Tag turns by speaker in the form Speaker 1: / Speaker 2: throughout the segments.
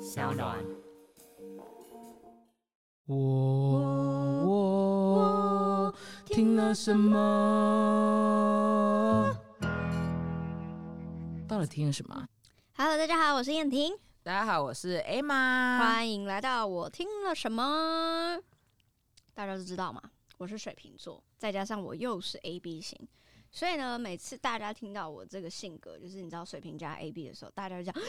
Speaker 1: 小暖。
Speaker 2: 我我听了什么？
Speaker 3: 到底听了什么啊？
Speaker 1: Hello，大家好，我是燕婷，
Speaker 3: 大家好，我是 Emma。
Speaker 1: 欢迎来到我听了什么。大家都知道嘛，我是水瓶座，再加上我又是 A B 型，所以呢，每次大家听到我这个性格，就是你知道水瓶加 A B 的时候，大家 就讲
Speaker 3: 就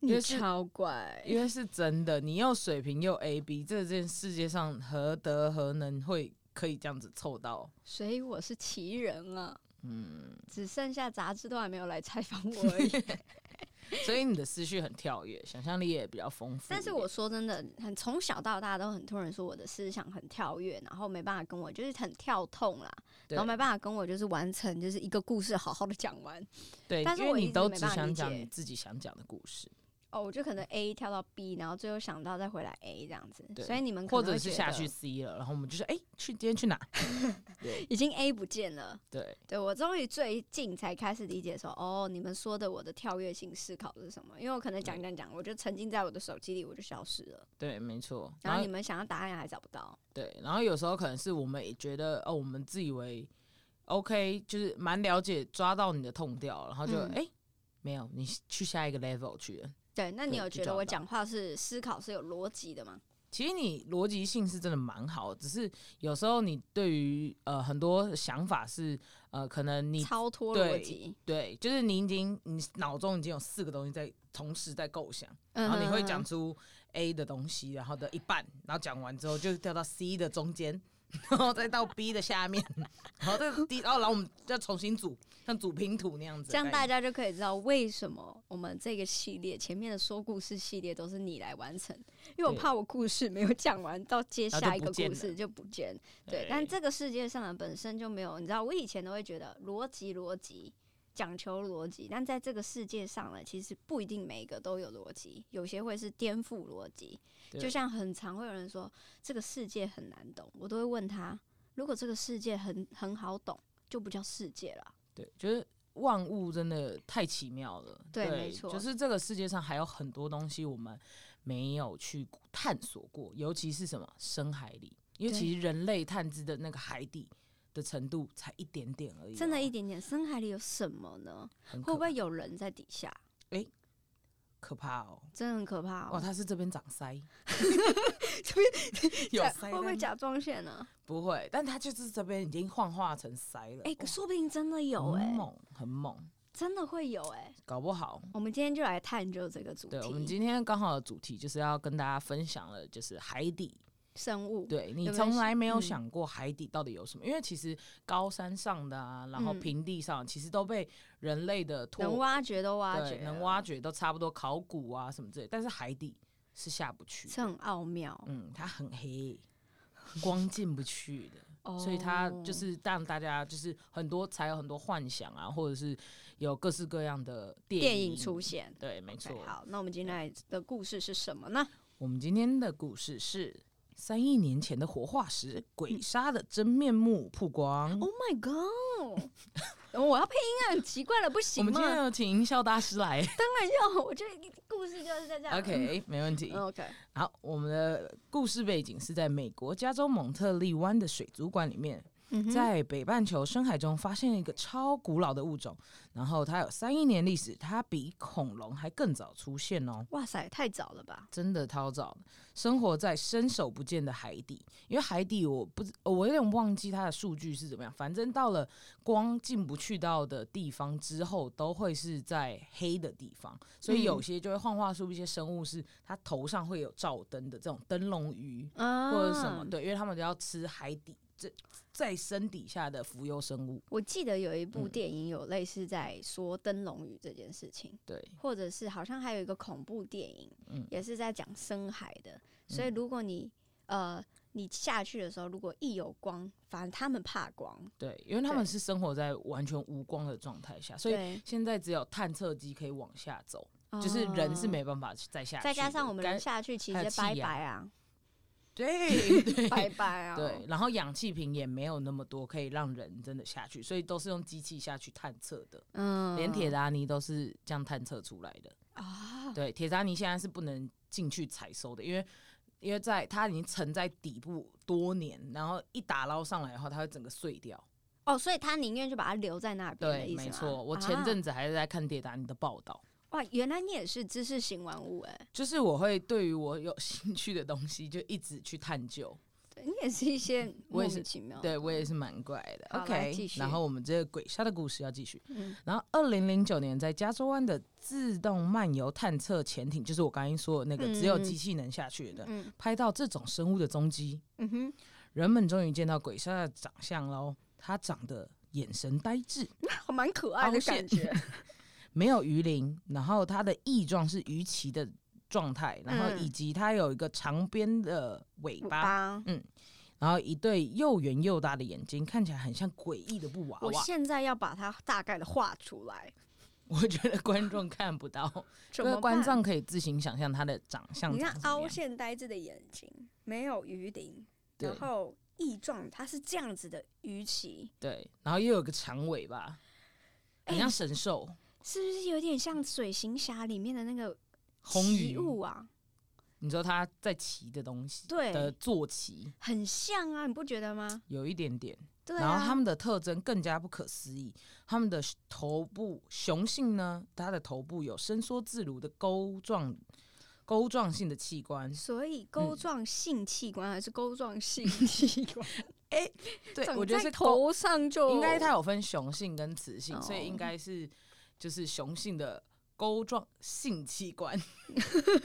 Speaker 1: 你
Speaker 3: 是
Speaker 1: 超怪，
Speaker 3: 因为是真的，你又水平又 A B，这件世界上何德何能会可以这样子凑到？
Speaker 1: 所以我是奇人啊，
Speaker 3: 嗯，
Speaker 1: 只剩下杂志都还没有来采访我而已。
Speaker 3: 所以你的思绪很跳跃，想象力也比较丰富一点。
Speaker 1: 但是我说真的，很从小到大都很多人说我的思想很跳跃，然后没办法跟我就是很跳痛啦，
Speaker 3: 对
Speaker 1: 然后没办法跟我就是完成就是一个故事好好的讲完。
Speaker 3: 对，
Speaker 1: 但是
Speaker 3: 因为
Speaker 1: 我一
Speaker 3: 你
Speaker 1: 直
Speaker 3: 都
Speaker 1: 没
Speaker 3: 只
Speaker 1: 办法
Speaker 3: 想
Speaker 1: 理
Speaker 3: 讲
Speaker 1: 解
Speaker 3: 你自己想讲的故事，
Speaker 1: 哦，我就可能 A 跳到 B，然后最后想到再回来 A 这样子，
Speaker 3: 对
Speaker 1: 所以你们可
Speaker 3: 或
Speaker 1: 能
Speaker 3: 者
Speaker 1: 会
Speaker 3: 是
Speaker 1: 觉
Speaker 3: 下
Speaker 1: 得
Speaker 3: 去 C 了，然后我们就说，哎、去今天去哪？对
Speaker 1: 已经 A 不见了。
Speaker 3: 对，
Speaker 1: 对我终于最近才开始理解说，哦，你们说的我的跳跃性思考是什么？因为我可能讲讲讲，我就沉浸在我的手机里，我就消失了，
Speaker 3: 对，没错。
Speaker 1: 然后你们想要答案还找不到。
Speaker 3: 对，然后有时候可能是我们也觉得哦，我们自以为 OK，就是蛮了解，抓到你的痛调，然后就哎、
Speaker 1: 嗯
Speaker 3: 诶没有，你去下一个 level 去了。
Speaker 1: 对，那你
Speaker 3: 对
Speaker 1: 有
Speaker 3: 就找
Speaker 1: 觉得
Speaker 3: 不
Speaker 1: 我
Speaker 3: 到
Speaker 1: 讲话是思考是有逻辑的吗？
Speaker 3: 其实你逻辑性是真的蛮好，只是有时候你对于呃很多想法是呃可能你
Speaker 1: 超脱
Speaker 3: 对
Speaker 1: 逻辑，
Speaker 3: 对，就是你已经你脑中已经有四个东西在同时在构想，
Speaker 1: 然
Speaker 3: 然后你
Speaker 1: 嗯
Speaker 3: 会讲出 A 的东西，然后的一半，然后讲完之后就掉到 C 的中间，然后再到 B 的下面，然后这个 D，然后然后我们要重新组，像组拼图那样子的
Speaker 1: 这
Speaker 3: 概
Speaker 1: 样
Speaker 3: 念。
Speaker 1: 大家就可以知道为什么我们这个系列前面的说故事系列都是你来完成，因为我
Speaker 3: 对
Speaker 1: 怕我故事没有讲完，到接
Speaker 3: 然后
Speaker 1: 下
Speaker 3: 就
Speaker 1: 一
Speaker 3: 不
Speaker 1: 个
Speaker 3: 见
Speaker 1: 故事
Speaker 3: 了
Speaker 1: 就不见。对，但这个世界上的本身就没有，你知道，我以前都会觉得逻辑逻辑讲求逻辑，但在这个世界上呢，其实不一定每一个都有逻辑，有些会是颠覆逻辑。
Speaker 3: 对
Speaker 1: 就像很常会有人说这个世界很难懂，我都会问他，如果这个世界很很好懂，就不叫世界了。
Speaker 3: 对，就是万物真的太奇妙了。
Speaker 1: 对没错
Speaker 3: 就是这个世界上还有很多东西我们没有去探索过，尤其是什么深海里，因为
Speaker 1: 对
Speaker 3: 其实人类探知的那个海底的程度才一点点而已哦、
Speaker 1: 真的，一点点深海里有什么呢？
Speaker 3: 很
Speaker 1: 会
Speaker 3: 可
Speaker 1: 不会有人在底下？
Speaker 3: 可怕哦？
Speaker 1: 真的很可怕、
Speaker 3: 哇，
Speaker 1: 哦！
Speaker 3: 他是这边长 腮，这边有
Speaker 1: 假
Speaker 3: 腮
Speaker 1: 会不会
Speaker 3: 在
Speaker 1: 甲状腺呢、
Speaker 3: 不会，但他就是这边已经幻化成腮了。
Speaker 1: 哎、
Speaker 3: 哇
Speaker 1: 说不定真的有哎、
Speaker 3: 很猛，哦很猛，
Speaker 1: 真的会有哎、
Speaker 3: 搞不好。
Speaker 1: 我们今天就来探究这个主题，
Speaker 3: 对，我们今天刚好的主题就是要跟大家分享了，就是海底。
Speaker 1: 生物
Speaker 3: 对你
Speaker 1: 有没有
Speaker 3: 从来
Speaker 1: 想
Speaker 3: 没有
Speaker 1: 嗯
Speaker 3: 想过海底到底有什么，因为其实高山上的啊，然后
Speaker 1: 嗯
Speaker 3: 平地上，其实都被人类的拓
Speaker 1: 能挖掘都挖掘
Speaker 3: 对
Speaker 1: 了，
Speaker 3: 能挖掘都差不多考古啊什么之类，但是海底是下不去的。
Speaker 1: 这很奥妙
Speaker 3: 嗯，它很黑，光进不去 的。
Speaker 1: 哦。
Speaker 3: 所以他就是让大家就是很多才有很多幻想啊，或者是有各式各样的电影
Speaker 1: 电影出。现，
Speaker 3: 对，没错
Speaker 1: OK，。好，那我们今天的故事是什么呢？
Speaker 3: 我们今天的故事是三亿年前的活化石鬼鲨的真面目曝光。
Speaker 1: Oh my god！我要配音啊，很奇怪了，不
Speaker 3: 我
Speaker 1: 行
Speaker 3: 们
Speaker 1: 吗？
Speaker 3: 今天有请营销大师 来
Speaker 1: 当然要，我觉得故事就是在这样。
Speaker 3: ，OK，没问题
Speaker 1: 嗯。OK，
Speaker 3: 好，我们的故事背景是在美国加州蒙特利湾的水族馆里面，
Speaker 1: 嗯哼
Speaker 3: 在北半球深海中发现了一个超古老的物种，然后它有三亿年历史，它比恐龙还更早出现哦。
Speaker 1: 哇塞，太早了吧？
Speaker 3: 真的超早的，生活在伸手不见的海底。因为海底我不知，我有点忘记它的数据是怎么样。反正到了光进不去到的地方之后，都会是在黑的地方，所以有
Speaker 1: 嗯
Speaker 3: 些就会幻化出一些生物，是它头上会有照灯的这种灯笼鱼
Speaker 1: 啊，
Speaker 3: 或者什么。？对，因为他们都要吃海底这在深底下的浮游生物。
Speaker 1: 我记得有一部
Speaker 3: 嗯
Speaker 1: 电影有类似在说灯笼鱼这件事情。
Speaker 3: 对，
Speaker 1: 或者是好像还有一个恐怖电影，
Speaker 3: 嗯
Speaker 1: 也是在讲深海的。所以如果你、呃你下去的时候，如果一有光，反正他们怕光，
Speaker 3: 对，因为他们
Speaker 1: 对
Speaker 3: 是生活在完全无光的状态下，所以
Speaker 1: 对，
Speaker 3: 现在只有探测机可以往下走。就是人是
Speaker 1: 哦。
Speaker 3: 没办法再下去的，
Speaker 1: 再加上我们人
Speaker 3: 干
Speaker 1: 下去，其
Speaker 3: 还
Speaker 1: 实
Speaker 3: 有
Speaker 1: 拜
Speaker 3: 气压
Speaker 1: 拜啊，
Speaker 3: 对 对
Speaker 1: 拜拜啊，
Speaker 3: 对，然后氧气瓶也没有那么多可以让人真的下去，所以都是用机器下去探测的，
Speaker 1: 嗯，
Speaker 3: 连铁达尼都是这样探测出来的。
Speaker 1: 啊，
Speaker 3: 对，铁渣泥现在是不能进去采收的，因为因为在它已经沉在底部多年，然后一打捞上来的话，它会整个碎掉。
Speaker 1: 哦，所以他宁愿就把它留在那边的
Speaker 3: 对，
Speaker 1: 意思
Speaker 3: 没
Speaker 1: 吗
Speaker 3: 错，我前
Speaker 1: 啊
Speaker 3: 阵子还是在看铁达尼的报道。
Speaker 1: 哇，原来你也是知识型玩物哎、
Speaker 3: 就是我会对于我有兴趣的东西就一直去探究，
Speaker 1: 对 你也是一些
Speaker 3: 我
Speaker 1: 莫
Speaker 3: 也是
Speaker 1: 名其妙的，
Speaker 3: 对我也是蛮怪的。
Speaker 1: 好来
Speaker 3: OK，
Speaker 1: 继续
Speaker 3: 然后我们这个鬼杀的故事要继续。
Speaker 1: 嗯，
Speaker 3: 然后，二零零九年在加州湾的自动漫游探测潜艇，就是我刚才说的那个
Speaker 1: 嗯
Speaker 3: 只有机器能下去的，
Speaker 1: 嗯
Speaker 3: 拍到这种生物的踪迹，
Speaker 1: 嗯哼，
Speaker 3: 人们终于见到鬼杀的长相喽。它长得眼神呆滞，
Speaker 1: 还蛮可爱的
Speaker 3: 凹陷
Speaker 1: 感觉，
Speaker 3: 没有鱼鳞，然后它的翼状是鱼鳍的状态，然后
Speaker 1: 嗯
Speaker 3: 以及它有一个长边的尾
Speaker 1: 五
Speaker 3: 巴，
Speaker 1: 八。
Speaker 3: 然后一对又圆又大的眼睛，看起来很像诡异的布娃
Speaker 1: 我
Speaker 3: 娃。
Speaker 1: 现在要把它大概的画出来，
Speaker 3: 我觉得观众看不到，
Speaker 1: 怎
Speaker 3: 所以
Speaker 1: 么
Speaker 3: 观
Speaker 1: 办？
Speaker 3: 众可以自行想象它的长相
Speaker 1: 你
Speaker 3: 长
Speaker 1: 看
Speaker 3: 什么
Speaker 1: 凹
Speaker 3: 样。
Speaker 1: 陷呆滞的眼睛，没有鱼鳞，
Speaker 3: 对
Speaker 1: 然后翼状它是这样子的鱼鳍，
Speaker 3: 对，然后又有个长尾巴，很
Speaker 1: 哎
Speaker 3: 像神兽、
Speaker 1: 是不是有点像水行侠里面的那个
Speaker 3: 红
Speaker 1: 奇
Speaker 3: 鱼。
Speaker 1: 物啊？
Speaker 3: 你知道它在骑的东西，
Speaker 1: 对
Speaker 3: 的坐骑
Speaker 1: 很像啊，你不觉得吗？
Speaker 3: 有一点点。
Speaker 1: 对
Speaker 3: 然后
Speaker 1: 啊，
Speaker 3: 它们的特征更加不可思议，它们的头部雄性呢，它的头部有伸缩自如的钩状钩状性的器官，
Speaker 1: 所以
Speaker 3: 嗯
Speaker 1: 钩状性器官还是钩状 性器官？
Speaker 3: 对
Speaker 1: 长
Speaker 3: 我觉得
Speaker 1: 在
Speaker 3: 是钩
Speaker 1: 头上就
Speaker 3: 应该它有分雄性跟雌性，所
Speaker 1: 哦
Speaker 3: 以应该是就是雄性的钩状性器官，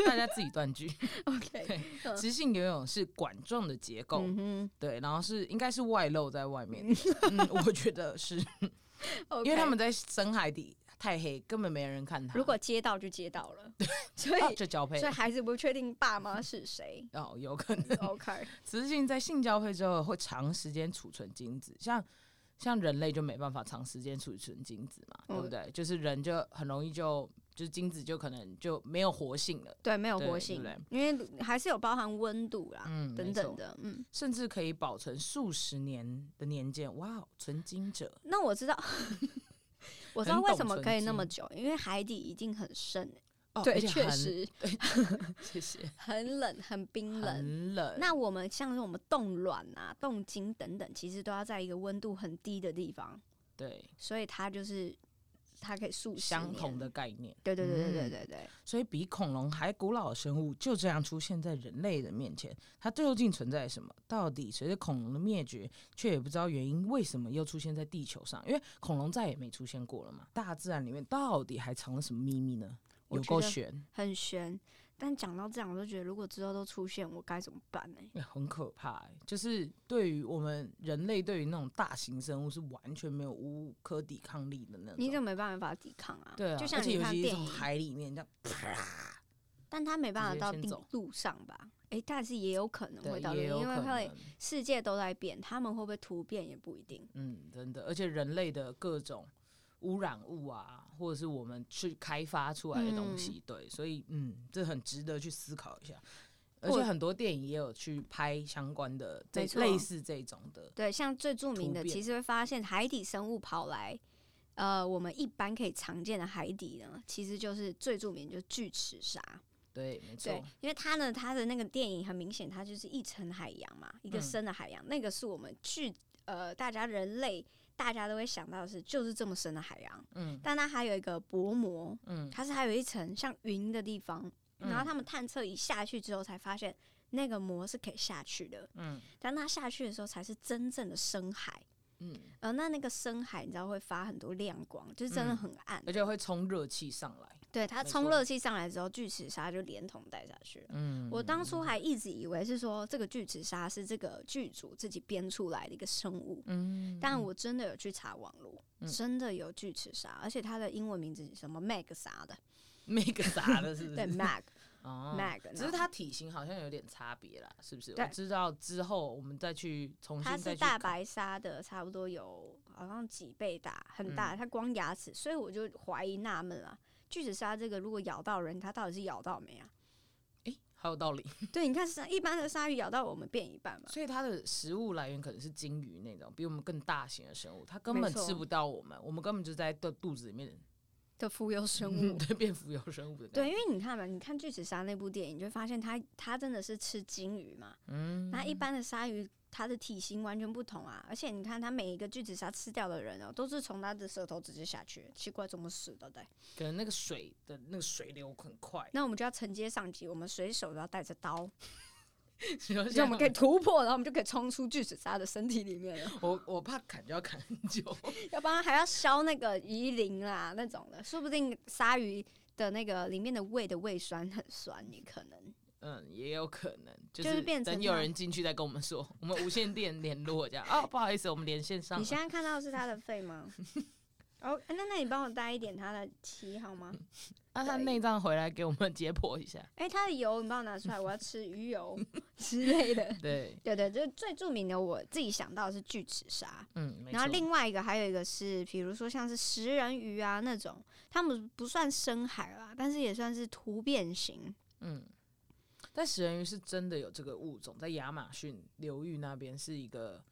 Speaker 3: 大家自己断 句。
Speaker 1: OK，嗯
Speaker 3: 雌性游泳是管状的结构，
Speaker 1: 嗯
Speaker 3: 对，然后是应该是外露在外面的，嗯，我觉得是
Speaker 1: 哼，
Speaker 3: 因为
Speaker 1: OK
Speaker 3: 他们在深海底太黑，根本没人看它。
Speaker 1: 如果接到就接到了，所
Speaker 3: 啊
Speaker 1: 以
Speaker 3: 就交配
Speaker 1: 所以孩子不确定爸妈 是谁。
Speaker 3: 哦，有可能
Speaker 1: OK，
Speaker 3: 雌性在性交配之后会长时间储存精子，像。像人类就没办法长时间储存精子嘛，对不
Speaker 1: 嗯
Speaker 3: 对？就是人就很容易就就是精子就可能就没有活性了，
Speaker 1: 对，没有
Speaker 3: 对
Speaker 1: 活
Speaker 3: 对
Speaker 1: 性
Speaker 3: 不对，
Speaker 1: 因为还是有包含温度啦、
Speaker 3: 嗯，
Speaker 1: 啊等
Speaker 3: 没
Speaker 1: 等
Speaker 3: 错，
Speaker 1: 的。嗯，
Speaker 3: 甚至可以保存数十年的年鉴。哇，哦存精者
Speaker 1: 那我知道， 我知道
Speaker 3: 很
Speaker 1: 为
Speaker 3: 懂
Speaker 1: 什么
Speaker 3: 纯
Speaker 1: 可以那么
Speaker 3: 金
Speaker 1: 久，因为海底一定很深，
Speaker 3: 哦，而
Speaker 1: 对，
Speaker 3: 且
Speaker 1: 确
Speaker 3: 很，
Speaker 1: 实
Speaker 3: 谢谢，
Speaker 1: 很冷，很冰冷。
Speaker 3: 很冷。
Speaker 1: 那我们像是我们冻卵啊、冻精等等，其实都要在一个温度很低的地方，
Speaker 3: 对
Speaker 1: 所以它就是它可以数十
Speaker 3: 相同
Speaker 1: 年
Speaker 3: 的。概念，
Speaker 1: 对对对对对
Speaker 3: 嗯
Speaker 1: 对对。
Speaker 3: 所以比恐龙还古老的生物就这样出现在人类的面前，它究竟存在什么？到底随着恐龙的灭绝，却也不知道原因，为什么又出现在地球上？因为恐龙再也没出现过了嘛。大自然里面到底还藏了什么秘密呢？
Speaker 1: 我
Speaker 3: 有
Speaker 1: 觉
Speaker 3: 够
Speaker 1: 得
Speaker 3: 悬，
Speaker 1: 很悬。但讲到这样，我就觉得如果之后都出现，我该怎么办呢、
Speaker 3: 很可怕、欸。就是对于我们人类，对于那种大型生物是完全没有无可抵抗力的那种。
Speaker 1: 你怎么没办法抵抗啊？
Speaker 3: 对啊，
Speaker 1: 就像
Speaker 3: 而且
Speaker 1: 你
Speaker 3: 尤
Speaker 1: 看
Speaker 3: 其是
Speaker 1: 电
Speaker 3: 从
Speaker 1: 影，
Speaker 3: 海里面这样，
Speaker 1: 但他没办法
Speaker 3: 直接
Speaker 1: 到
Speaker 3: 先
Speaker 1: 地
Speaker 3: 走
Speaker 1: 路上吧？诶，但是也有可能会
Speaker 3: 对
Speaker 1: 到，路，
Speaker 3: 也有
Speaker 1: 因为
Speaker 3: 可
Speaker 1: 会
Speaker 3: 能。
Speaker 1: 世界都在变，他们会不会突变也不一定。
Speaker 3: 嗯，真的，而且人类的各种污染物啊，或者是我们去开发出来的东西，对，所以嗯，这很值得去思考一下。而
Speaker 1: 或
Speaker 3: 且很多电影也有去拍相关的这
Speaker 1: 没错
Speaker 3: 类似这种的，
Speaker 1: 对，像最著名
Speaker 3: 突
Speaker 1: 的，
Speaker 3: 变
Speaker 1: 其实会发现海底生物跑来，呃，我们一般可以常见的海底呢，其实就是最著名就是巨齿鲨。
Speaker 3: 对，没
Speaker 1: 对
Speaker 3: 错，，
Speaker 1: 因为它呢，它的那个电影很明显，它就是一层海洋嘛，一个
Speaker 3: 嗯
Speaker 1: 深的海洋，那个是我们去呃，大家人类大家都会想到的是，就是这么深的海洋。
Speaker 3: 嗯
Speaker 1: 但它还有一个薄膜，
Speaker 3: 嗯，
Speaker 1: 它是还有一层像云的地方，然后
Speaker 3: 它
Speaker 1: 他们探测一下去之后，才发现那个膜是可以下去的。
Speaker 3: 嗯
Speaker 1: 当它下去的时候，才是真正的深海。
Speaker 3: 嗯，
Speaker 1: 呃，那那个深海你知道会发很多亮光，就是真的
Speaker 3: 嗯
Speaker 1: 很暗。
Speaker 3: 而且会冲热气上来，
Speaker 1: 对，它
Speaker 3: 没
Speaker 1: 冲
Speaker 3: 错
Speaker 1: 热气上来之后，巨齿鲨就连同带下去了。
Speaker 3: 嗯，
Speaker 1: 我当初还一直以为是说这个巨齿鲨是这个剧组自己编出来的一个生物，
Speaker 3: 嗯，
Speaker 1: 但我真的有去查网络，
Speaker 3: 嗯
Speaker 1: 真的有巨齿鲨，而且它的英文名字是什么 Mag 鲨的，
Speaker 3: 没个啥的，是不是？
Speaker 1: 对 Mag
Speaker 3: 哦
Speaker 1: Mag，
Speaker 3: 嗯只是它体型好像有点差别啦，是不是？我
Speaker 1: 对
Speaker 3: 知道之后我们再去重新
Speaker 1: 它
Speaker 3: 再
Speaker 1: 是
Speaker 3: 去
Speaker 1: 大
Speaker 3: 看
Speaker 1: 白鲨的，差不多有好像几倍大，很大，
Speaker 3: 嗯
Speaker 1: 它光牙齿，所以我就怀疑纳闷啊，巨齿鲨这个如果咬到人，它到底是咬到没啊？
Speaker 3: 诶，好有道理。
Speaker 1: 对，你看鲨一般的鲨鱼咬到我们变一 半嘛，
Speaker 3: 所以它的食物来源可能是鲸鱼那种比我们更大型的生物，它根
Speaker 1: 没
Speaker 3: 本
Speaker 1: 错
Speaker 3: 吃不到我们，我们根本就在肚肚子里面
Speaker 1: 的浮游生
Speaker 3: 嗯
Speaker 1: 物。
Speaker 3: 对，变浮游生物的。
Speaker 1: 对，，因为你看嘛，你看巨齿鲨那部电影，你就会发现它它真的是吃鲸鱼嘛，
Speaker 3: 嗯，
Speaker 1: 那一般的鲨鱼它的体型完全不同啊，而且你看它每一个巨齿鲨吃掉的人哦、都是从它的舌头直接下去，奇怪怎么死的？对，
Speaker 3: 可能那个水的那个水流很 快，
Speaker 1: 那我们就要承接上级，我们随手都要带着刀，
Speaker 3: 然后
Speaker 1: 这样我们可
Speaker 3: 现
Speaker 1: 以
Speaker 3: 在
Speaker 1: 突破，然后我们就可以冲出巨齿鲨的身体里面了。
Speaker 3: 我我怕砍就要砍很久，
Speaker 1: 要不然还要消那个夷陵啦那种的，说不定鲨鱼的那个里面的胃的胃酸很酸，也可能。
Speaker 3: 嗯，也有可能就
Speaker 1: 就是
Speaker 3: 是
Speaker 1: 变成
Speaker 3: 等有
Speaker 1: 它
Speaker 3: 人进去再跟我们说，我们无线电联络这样。哦，不好意思，我们连线上
Speaker 1: 你
Speaker 3: 了。
Speaker 1: 现在看到的是它的 肺吗？哦，那那你帮我带一点它的鳍好吗？
Speaker 3: 那啊他内脏回来给我们解剖一下。
Speaker 1: 哎、它的油你帮我拿出来，我要吃 鱼油之类的。
Speaker 3: 对，
Speaker 1: 对对，就是最著名的，我自己想到的是巨齿鲨，
Speaker 3: 嗯，没
Speaker 1: 然后
Speaker 3: 错
Speaker 1: 另外一个还有一个是，比如说像是食人鱼啊那种，它们不算深海啦，但是也算是突变型。
Speaker 3: 嗯，但食人鱼是真的有这个物种，在亚马逊流域那边是一个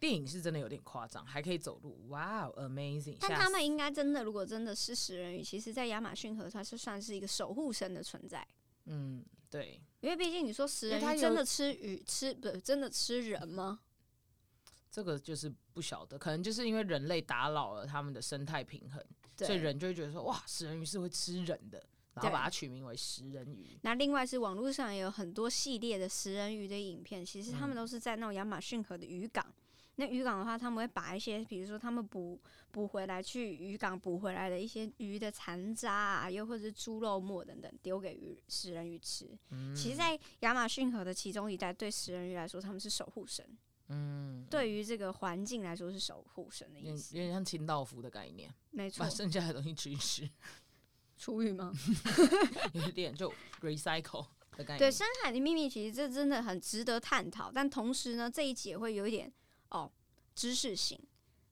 Speaker 3: 电影，是真的有点夸张，还可以走路，哇、哦 a m a z i n g
Speaker 1: 但他们应该真的，如果真的是食人鱼，其实在亚马逊河它是算是一个守护神的存在，
Speaker 3: 嗯，对，
Speaker 1: 因为毕竟你说食
Speaker 3: 因为
Speaker 1: 人
Speaker 3: 它
Speaker 1: 鱼
Speaker 3: 有
Speaker 1: 真的吃鱼吃不是真的吃人吗？
Speaker 3: 这个就是不晓得，可能就是因为人类打扰了他们的生态平衡，
Speaker 1: 对，
Speaker 3: 所以人就会觉得说，哇，食人鱼是会吃人的，然后
Speaker 1: 对
Speaker 3: 把它取名为食人鱼。
Speaker 1: 那另外是网络上也有很多系列的食人鱼的影片，其实他们都是在那种亚马逊河的渔港。那渔港的话，他们会把一些，比如说他们捕捕回来去渔港捕回来的一些鱼的残渣啊，又或者是猪肉末等等，丢给鱼食人鱼吃。其实，在亚马逊河的其中一带，对食人鱼来说，他们是守护神；
Speaker 3: 嗯，
Speaker 1: 对于这个环境来说，是守护神的
Speaker 3: 有点有
Speaker 1: 意思。
Speaker 3: 点像清道夫的概念，
Speaker 1: 没错
Speaker 3: 把，剩下的东西吃一吃，
Speaker 1: 厨余吗？
Speaker 3: 有一点就 recycle 的概念。
Speaker 1: 对深海的秘密，其实这真的很值得探讨。但同时呢，这一集也会有一点哦知识性，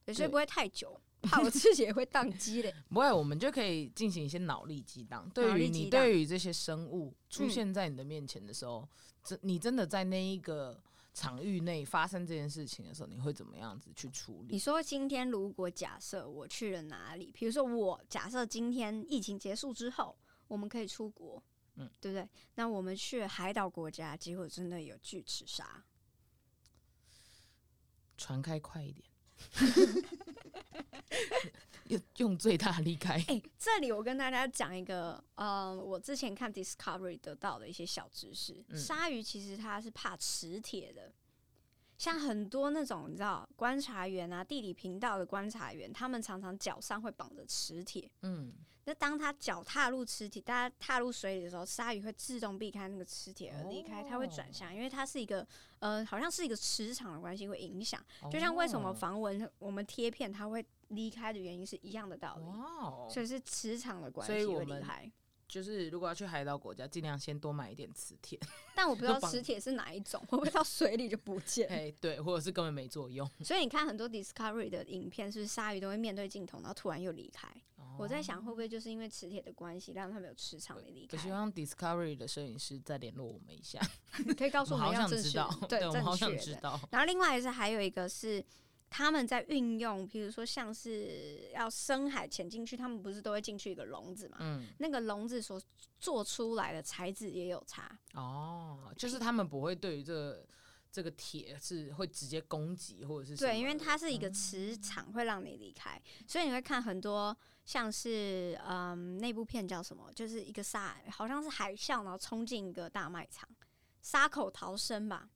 Speaker 1: 对，所以
Speaker 3: 对
Speaker 1: 不会太久，怕我自己也会宕 机嘞。
Speaker 3: 不会，我们就可以进行一些脑力激荡。对于
Speaker 1: 力
Speaker 3: 你
Speaker 1: 激荡嗯
Speaker 3: 对于这些生物出现在你的面前的时候，真你真的在那一个场域内发生这件事情的时候，你会怎么样子去处
Speaker 1: 你
Speaker 3: 理？
Speaker 1: 说今天如果假设我去了哪里，比如说我假设今天疫情结束之后，我们可以出国，
Speaker 3: 嗯，
Speaker 1: 对不对？那我们去海岛国家，结果真的有巨齿鲨，
Speaker 3: 传开快一点， 用用最大力开。
Speaker 1: 哎、这里我跟大家讲一个，呃，我之前看 Discovery 得到的一些小知识。
Speaker 3: 嗯
Speaker 1: 鲨鱼其实它是怕磁铁的，像很多那种你知道观察员啊、地理频道的观察员，他们常常脚上会绑着磁铁。
Speaker 3: 嗯，
Speaker 1: 那当他脚踏入磁铁，大家踏入水里的时候，鲨鱼会自动避开那个磁铁而离
Speaker 3: 哦
Speaker 1: 开，它会转向，因为它是一个，呃，好像是一个磁场的关系会影响。就像为什么
Speaker 3: 哦
Speaker 1: 防蚊我们贴片它会离开的原因是一样的道理。
Speaker 3: 哇哦
Speaker 1: 所以是磁场的关
Speaker 3: 所以
Speaker 1: 系
Speaker 3: 我
Speaker 1: 会离
Speaker 3: 们
Speaker 1: 开。
Speaker 3: 就是如果要去海岛国家，尽量先多买一点磁 铁。
Speaker 1: 但我 不知道
Speaker 3: 绑
Speaker 1: 磁铁是哪一种，会不会到水里就不见？
Speaker 3: 哎，对，或者是根本没作用。
Speaker 1: 所以你看很多 Discovery 的影片，是不是鲨鱼都会面对镜头，然后突然又离开？
Speaker 3: 哦
Speaker 1: 我在想，会不会就是因为磁铁的关系，让他们有磁场没离
Speaker 3: 我
Speaker 1: 开？
Speaker 3: 希望 Discovery 的摄影师再联络我们一下，
Speaker 1: 你可以告
Speaker 3: 我
Speaker 1: 诉我
Speaker 3: 好
Speaker 1: 们要
Speaker 3: 想
Speaker 1: 正
Speaker 3: 知
Speaker 1: 确
Speaker 3: 道，
Speaker 1: 对
Speaker 3: 我们好
Speaker 1: 正
Speaker 3: 想
Speaker 1: 确
Speaker 3: 知
Speaker 1: 的。
Speaker 3: 道。
Speaker 1: 然后另外是还有一个是。他们在运用，比如说像是要深海潜进去，他们不是都会进去一个笼子嘛？
Speaker 3: 嗯，
Speaker 1: 那个笼子所做出来的材质也有差，
Speaker 3: 哦，就是他们不会对于这个这个铁是会直接攻击或者是什么
Speaker 1: 对，因为
Speaker 3: 的
Speaker 1: 它是一个磁场会让你离开，所以你会看很多像是嗯那部片叫什么，就是一个鲨，好像是海啸，然后冲进一个大卖场，杀口逃生吧。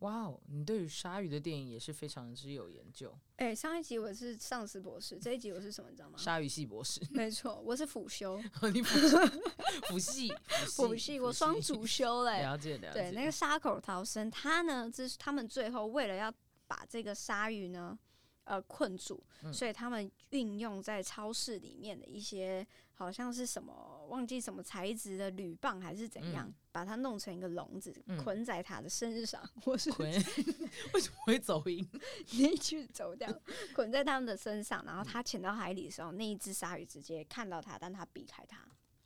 Speaker 3: 哇哦，你对于鲨鱼的电影也是非常之有研究，
Speaker 1: 哎、上一集我是上司博士，这一集我是什么，你知道吗
Speaker 3: 《 鲨鱼系博士》
Speaker 1: 没错，我是辅 修，
Speaker 3: 你辅系辅系
Speaker 1: 辅系，我双主修嘞、
Speaker 3: 了解了解，
Speaker 1: 对，那个沙口逃生，他呢，这是他们最后为了要把这个鲨鱼呢，呃，困住，
Speaker 3: 嗯
Speaker 1: 所以他们运用在超市里面的一些好像是什么忘记什么材质的铝棒还是怎样，
Speaker 3: 嗯
Speaker 1: 把它弄成一个笼子，
Speaker 3: 嗯
Speaker 1: 捆在它的身上， 或是
Speaker 3: 坤为什么会走音？
Speaker 1: 你去走掉，捆在他们的身上，然后
Speaker 3: 嗯
Speaker 1: 它潜到海里的时候，那一只鲨鱼直接看到它，但它避开它。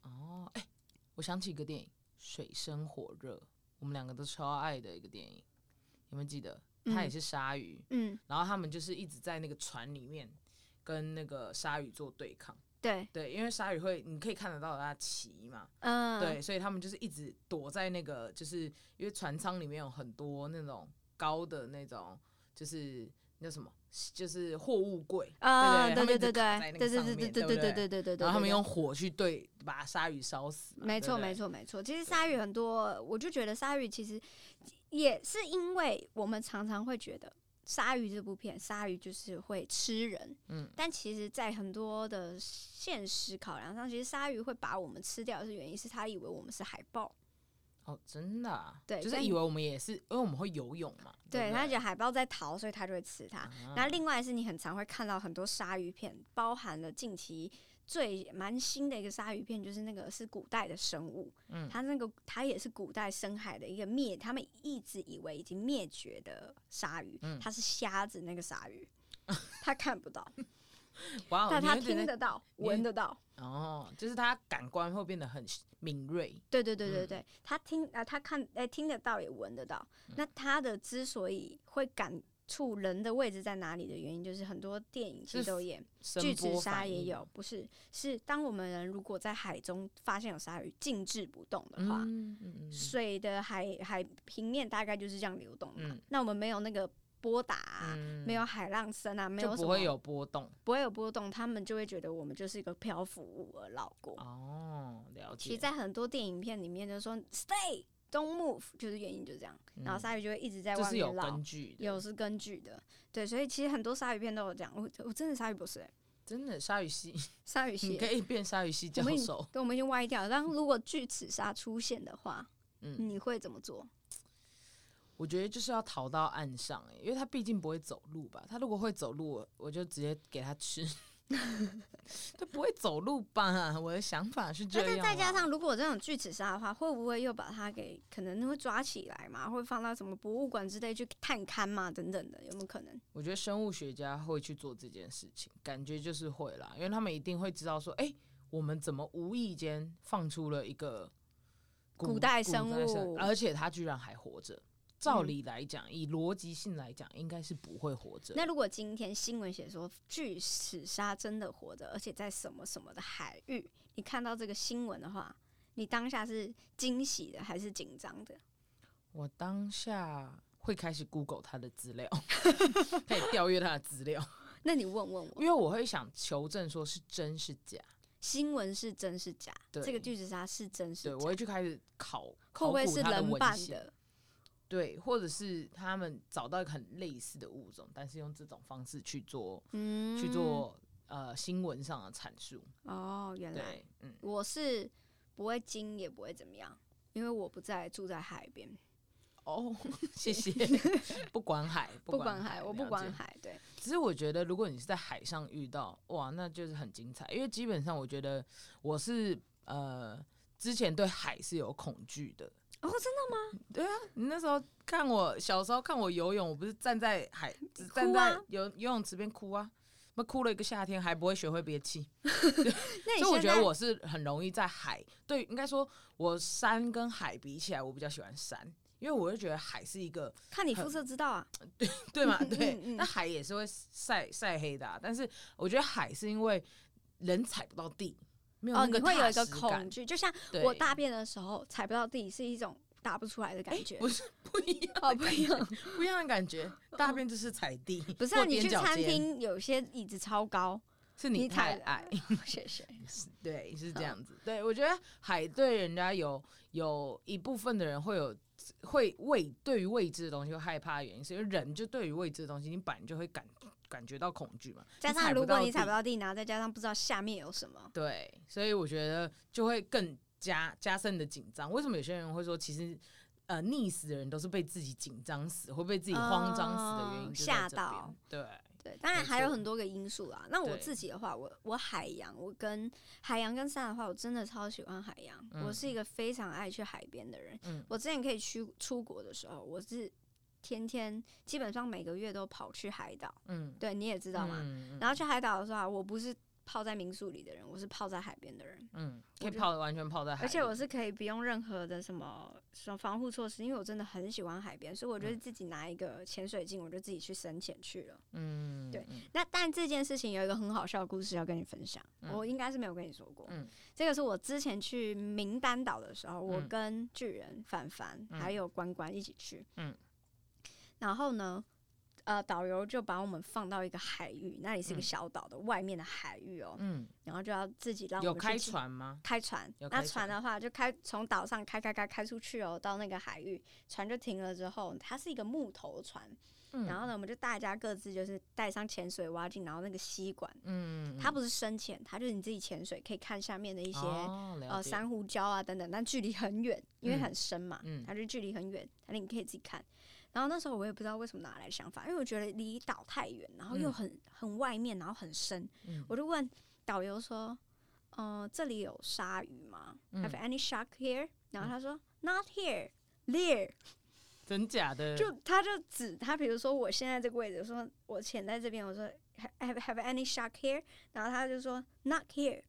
Speaker 3: 哦，哎、我想起一个电影《水深火热》，我们两个都超爱的一个电影，有没有记得？它也
Speaker 1: 嗯
Speaker 3: 是鲨鱼，
Speaker 1: 嗯，
Speaker 3: 然后他们就是一直在那个船里面跟那个鲨鱼做对抗，
Speaker 1: 对，
Speaker 3: 对，因为鲨鱼会，你可以看得到它鳍嘛，
Speaker 1: 嗯，
Speaker 3: 对，所以他们就是一直躲在那个，就是因为船舱里面有很多那种高的那种，就是那叫什么，就是货物柜，
Speaker 1: 啊，
Speaker 3: 对
Speaker 1: 对
Speaker 3: 对对
Speaker 1: 对对
Speaker 3: 他们一直卡
Speaker 1: 对
Speaker 3: 在那个
Speaker 1: 对
Speaker 3: 上
Speaker 1: 对
Speaker 3: 面
Speaker 1: 对
Speaker 3: 对
Speaker 1: 对
Speaker 3: 不
Speaker 1: 对
Speaker 3: 对
Speaker 1: 对对对对，
Speaker 3: 然后他们
Speaker 1: 对
Speaker 3: 用火去对把鲨鱼烧死嘛，
Speaker 1: 没
Speaker 3: 对
Speaker 1: 错
Speaker 3: 不对
Speaker 1: 没，错没错。其实鲨鱼很多，我就觉得鲨鱼其实也是因为我们常常会觉得。鲨鱼这部片，鲨鱼就是会吃人，
Speaker 3: 嗯
Speaker 1: 但其实，在很多的现实考量上，其实鲨鱼会把我们吃掉的原因是它以为我们是海豹，
Speaker 3: 哦，真的、啊，
Speaker 1: 对
Speaker 3: 就是
Speaker 1: 但
Speaker 3: 以为我们也是，因为我们会游泳嘛，
Speaker 1: 对，
Speaker 3: 不
Speaker 1: 它觉得海豹在逃，所以它就会吃它。
Speaker 3: 啊
Speaker 1: 然后另外是你很常会看到很多鲨鱼片，包含了近期最蛮新的一个鲨鱼片，就是那个是古代的生物，
Speaker 3: 嗯
Speaker 1: 它那个它也是古代深海的一个灭，他们一直以为已经灭绝的鲨鱼，
Speaker 3: 嗯
Speaker 1: 它是瞎子那个鲨 鱼，它看不到，
Speaker 3: 哇哦，
Speaker 1: 但
Speaker 3: 你
Speaker 1: 它
Speaker 3: 会觉
Speaker 1: 听
Speaker 3: 得
Speaker 1: 得到，
Speaker 3: 你会
Speaker 1: 闻得到。
Speaker 3: 哦，就是它感官会变得很敏锐，
Speaker 1: 对对对
Speaker 3: 嗯
Speaker 1: 对对，他听啊、呃他看哎、听得到也闻得到。
Speaker 3: 嗯
Speaker 1: 那他的之所以会感触人的位置在哪里的原因，就是很多电影其
Speaker 3: 是
Speaker 1: 实都演
Speaker 3: 声
Speaker 1: 巨齿
Speaker 3: 波
Speaker 1: 鲨
Speaker 3: 反
Speaker 1: 也
Speaker 3: 应
Speaker 1: 有，不是是当我们人如果在海中发现有鲨鱼静置不动的话，
Speaker 3: 嗯嗯嗯
Speaker 1: 水的海海平面大概就是这样流动嘛。
Speaker 3: 嗯
Speaker 1: 那我们没有那个波打、啊，
Speaker 3: 嗯
Speaker 1: 没有海浪声啊，没有
Speaker 3: 就
Speaker 1: 什
Speaker 3: 不
Speaker 1: 么
Speaker 3: 会有波动
Speaker 1: 不会有波动，他们就会觉得我们就是一个漂浮物而绕过。
Speaker 3: 哦，了
Speaker 1: 其实，
Speaker 3: 解。
Speaker 1: 在很多电影片里面就说 “stay don't move”，就是原因就这样，然后鲨鱼就会一直在
Speaker 3: 嗯这
Speaker 1: 外
Speaker 3: 是有
Speaker 1: 面绕。
Speaker 3: 根据的，
Speaker 1: 有是根据的，对，所以其实很多鲨鱼片都有讲，我我真的鲨鱼博士、欸，
Speaker 3: 真的鲨鱼 系，
Speaker 1: 鲨鱼系
Speaker 3: 你可以变鲨鱼系教
Speaker 1: 我们已
Speaker 3: 授。
Speaker 1: 对，我们已经歪掉了。但如果巨齿鲨出现的话，
Speaker 3: 嗯
Speaker 1: 你会怎么做？
Speaker 3: 我觉得就是要逃到岸上、欸，因为他毕竟不会走路吧。他如果会走路，我我就直接给他吃。 他不会走路吧？我的想法是这样
Speaker 1: 但是
Speaker 3: 啊。
Speaker 1: 再加上，如果这种巨齿鲨的话，会不会又把它给可能会抓起来嘛？会放到什么博物馆之类去探勘嘛？等等的，有没有可能？
Speaker 3: 我觉得生物学家会去做这件事情，感觉就是会啦，因为他们一定会知道说，哎、我们怎么无意间放出了一个
Speaker 1: 古代生物
Speaker 3: 而且它居然还活着。照
Speaker 1: 嗯
Speaker 3: 理来讲，以逻辑性来讲，应该是不会活着。
Speaker 1: 那如果今天新闻写说巨齿鲨真的活着，而且在什么什么的海域，你看到这个新闻的话，你当下是惊喜的还是紧张的？
Speaker 3: 我当下会开始 Google 他的资料， 可以调阅他的资 料，
Speaker 1: 那你问问
Speaker 3: 因
Speaker 1: 我，
Speaker 3: 为我会想求证说是真是假。
Speaker 1: 新闻是真是假？
Speaker 3: 对
Speaker 1: 这个巨齿鲨是真是
Speaker 3: 对，
Speaker 1: 假？
Speaker 3: 我会去开始考，
Speaker 1: 会不
Speaker 3: 考
Speaker 1: 会
Speaker 3: 古
Speaker 1: 是
Speaker 3: 他
Speaker 1: 人
Speaker 3: 文
Speaker 1: 扮
Speaker 3: 献
Speaker 1: 的？
Speaker 3: 对，或者是他们找到一个很类似的物种，但是用这种方式去做、
Speaker 1: 嗯
Speaker 3: 去做呃新闻上的阐述。
Speaker 1: 哦，原来
Speaker 3: 对，嗯，
Speaker 1: 我是不会惊也不会怎么样，因为我不在住在海边，
Speaker 3: 哦， 谢 谢。不管海，
Speaker 1: 不
Speaker 3: 管
Speaker 1: 管海，我不管。
Speaker 3: 了
Speaker 1: 海，对，
Speaker 3: 解只是我觉得，如果你是在海上遇到，哇，那就是很精彩，因为基本上我觉得我是呃之前对海是有恐惧的。
Speaker 1: 哦，真的
Speaker 3: 你那时候看我小时候看我游泳，我不是站在海，只站
Speaker 1: 哭啊
Speaker 3: 在游游泳池边哭啊，那哭了一个夏天，还不会学会憋气。
Speaker 1: 那
Speaker 3: 所
Speaker 1: 你
Speaker 3: 以我
Speaker 1: 现
Speaker 3: 觉得
Speaker 1: 在
Speaker 3: 我是很容易在海，对，应该说我山跟海比起来，我比较喜欢山，因为我就觉得海是一个
Speaker 1: 看你肤
Speaker 3: 很
Speaker 1: 色知道啊，
Speaker 3: 对嘛，
Speaker 1: 嗯嗯
Speaker 3: 对
Speaker 1: 嗯，
Speaker 3: 那海也是会晒晒黑的、啊，但是我觉得海是因为人踩不到地，没有
Speaker 1: 哦，
Speaker 3: 那
Speaker 1: 你会有
Speaker 3: 踏
Speaker 1: 一个
Speaker 3: 实
Speaker 1: 恐
Speaker 3: 感，
Speaker 1: 惧，就像
Speaker 3: 对
Speaker 1: 我大便的时候踩不到地是一种打不出来的感觉，
Speaker 3: 不是不一样，
Speaker 1: 哦不一 样，
Speaker 3: 不一样的感觉，大便就是踩地，
Speaker 1: 哦不是、啊、
Speaker 3: 或
Speaker 1: 你
Speaker 3: 踮
Speaker 1: 去
Speaker 3: 脚
Speaker 1: 餐
Speaker 3: 尖
Speaker 1: 厅有些椅子超高，
Speaker 3: 是你
Speaker 1: 你
Speaker 3: 太
Speaker 1: 踩
Speaker 3: 矮，
Speaker 1: 谢 谢，
Speaker 3: 对，是这
Speaker 1: 嗯
Speaker 3: 样子。对我觉得海对人家有有一部分的人会有会未对于未知的东西会害怕的原因，是因为人就对于未知的东西，你本来就会感感觉到恐惧嘛。
Speaker 1: 加
Speaker 3: 你踩
Speaker 1: 上
Speaker 3: 不
Speaker 1: 如果
Speaker 3: 到
Speaker 1: 你踩
Speaker 3: 地
Speaker 1: 不到地，然后再加上不知道下面有什么，
Speaker 3: 对，所以我觉得就会更加加深你的紧张。为什么有些人会说，其实呃溺死的人都是被自己紧张死，会被自己慌张死的原因
Speaker 1: 哦
Speaker 3: 就在
Speaker 1: 吓
Speaker 3: 这边
Speaker 1: 到。
Speaker 3: 对，
Speaker 1: 对，当然
Speaker 3: 没
Speaker 1: 还有
Speaker 3: 错
Speaker 1: 很多个因素啦。那我
Speaker 3: 对
Speaker 1: 自己的话，我我海洋，我跟海洋跟山的话，我真的超喜欢海洋，我是一个非常爱去海边的人。
Speaker 3: 嗯
Speaker 1: 我之前可以去出国的时候，我是天天基本上每个月都跑去海岛，
Speaker 3: 嗯，
Speaker 1: 对你也知道吗？
Speaker 3: 嗯嗯
Speaker 1: 然后去海岛的时候啊，我不是泡在民宿里的人，我是泡在海边的人，
Speaker 3: 嗯，
Speaker 1: 我
Speaker 3: 可以
Speaker 1: 就
Speaker 3: 泡完全泡在海里，
Speaker 1: 而且我是可以不用任何的什么什么防护措施，因为我真的很喜欢海边，所以我就是自己拿一个潜水镜，我就自己去深潜去了。
Speaker 3: 嗯，
Speaker 1: 对
Speaker 3: 嗯
Speaker 1: 那但这件事情有一个很好笑的故事要跟你分享，
Speaker 3: 嗯
Speaker 1: 我应该是没有跟你说过。
Speaker 3: 嗯
Speaker 1: 这个是我之前去名单岛的时候，我
Speaker 3: 嗯
Speaker 1: 跟巨人、凡凡
Speaker 3: 嗯
Speaker 1: 还有关关一起去。
Speaker 3: 嗯
Speaker 1: 然后呢，呃，导游就把我们放到一个海域，那里是一个
Speaker 3: 嗯
Speaker 1: 小岛的外面的海域哦，
Speaker 3: 嗯，
Speaker 1: 然后就要自己让我
Speaker 3: 有
Speaker 1: 们去
Speaker 3: 开
Speaker 1: 进
Speaker 3: 船吗？
Speaker 1: 开船，
Speaker 3: 有
Speaker 1: 那
Speaker 3: 开船
Speaker 1: 船的话就开从岛上开开开开出去哦，到那个海域，船就停了之后，它是一个木头船，
Speaker 3: 嗯
Speaker 1: 然后呢，我们就大家各自就是带上潜水蛙镜，然后那个吸管，
Speaker 3: 嗯，
Speaker 1: 它不是深潜，它就是你自己潜水可以看下面的一
Speaker 3: 一
Speaker 1: 些、
Speaker 3: 呃
Speaker 1: 呃珊瑚礁啊等等，但距离很远，因为
Speaker 3: 嗯
Speaker 1: 很深嘛，
Speaker 3: 嗯
Speaker 1: 它就距离很远，它你可以自己看。然后那时候我也不知道为什么拿来的想法，因为我觉得离岛太远，然后又
Speaker 3: 嗯
Speaker 1: 很、很外面，然后很深，
Speaker 3: 嗯
Speaker 1: 我就问导游说：“嗯、这里有鲨鱼吗、h
Speaker 3: 嗯
Speaker 1: a v e any shark here？” 然后他说、：“Not here, there。
Speaker 3: 真假”的，
Speaker 1: 就他就指他，比如说我现在这个位置，我说我潜在这边，我说 “Have have any shark here？” 然后他就说：“Not here,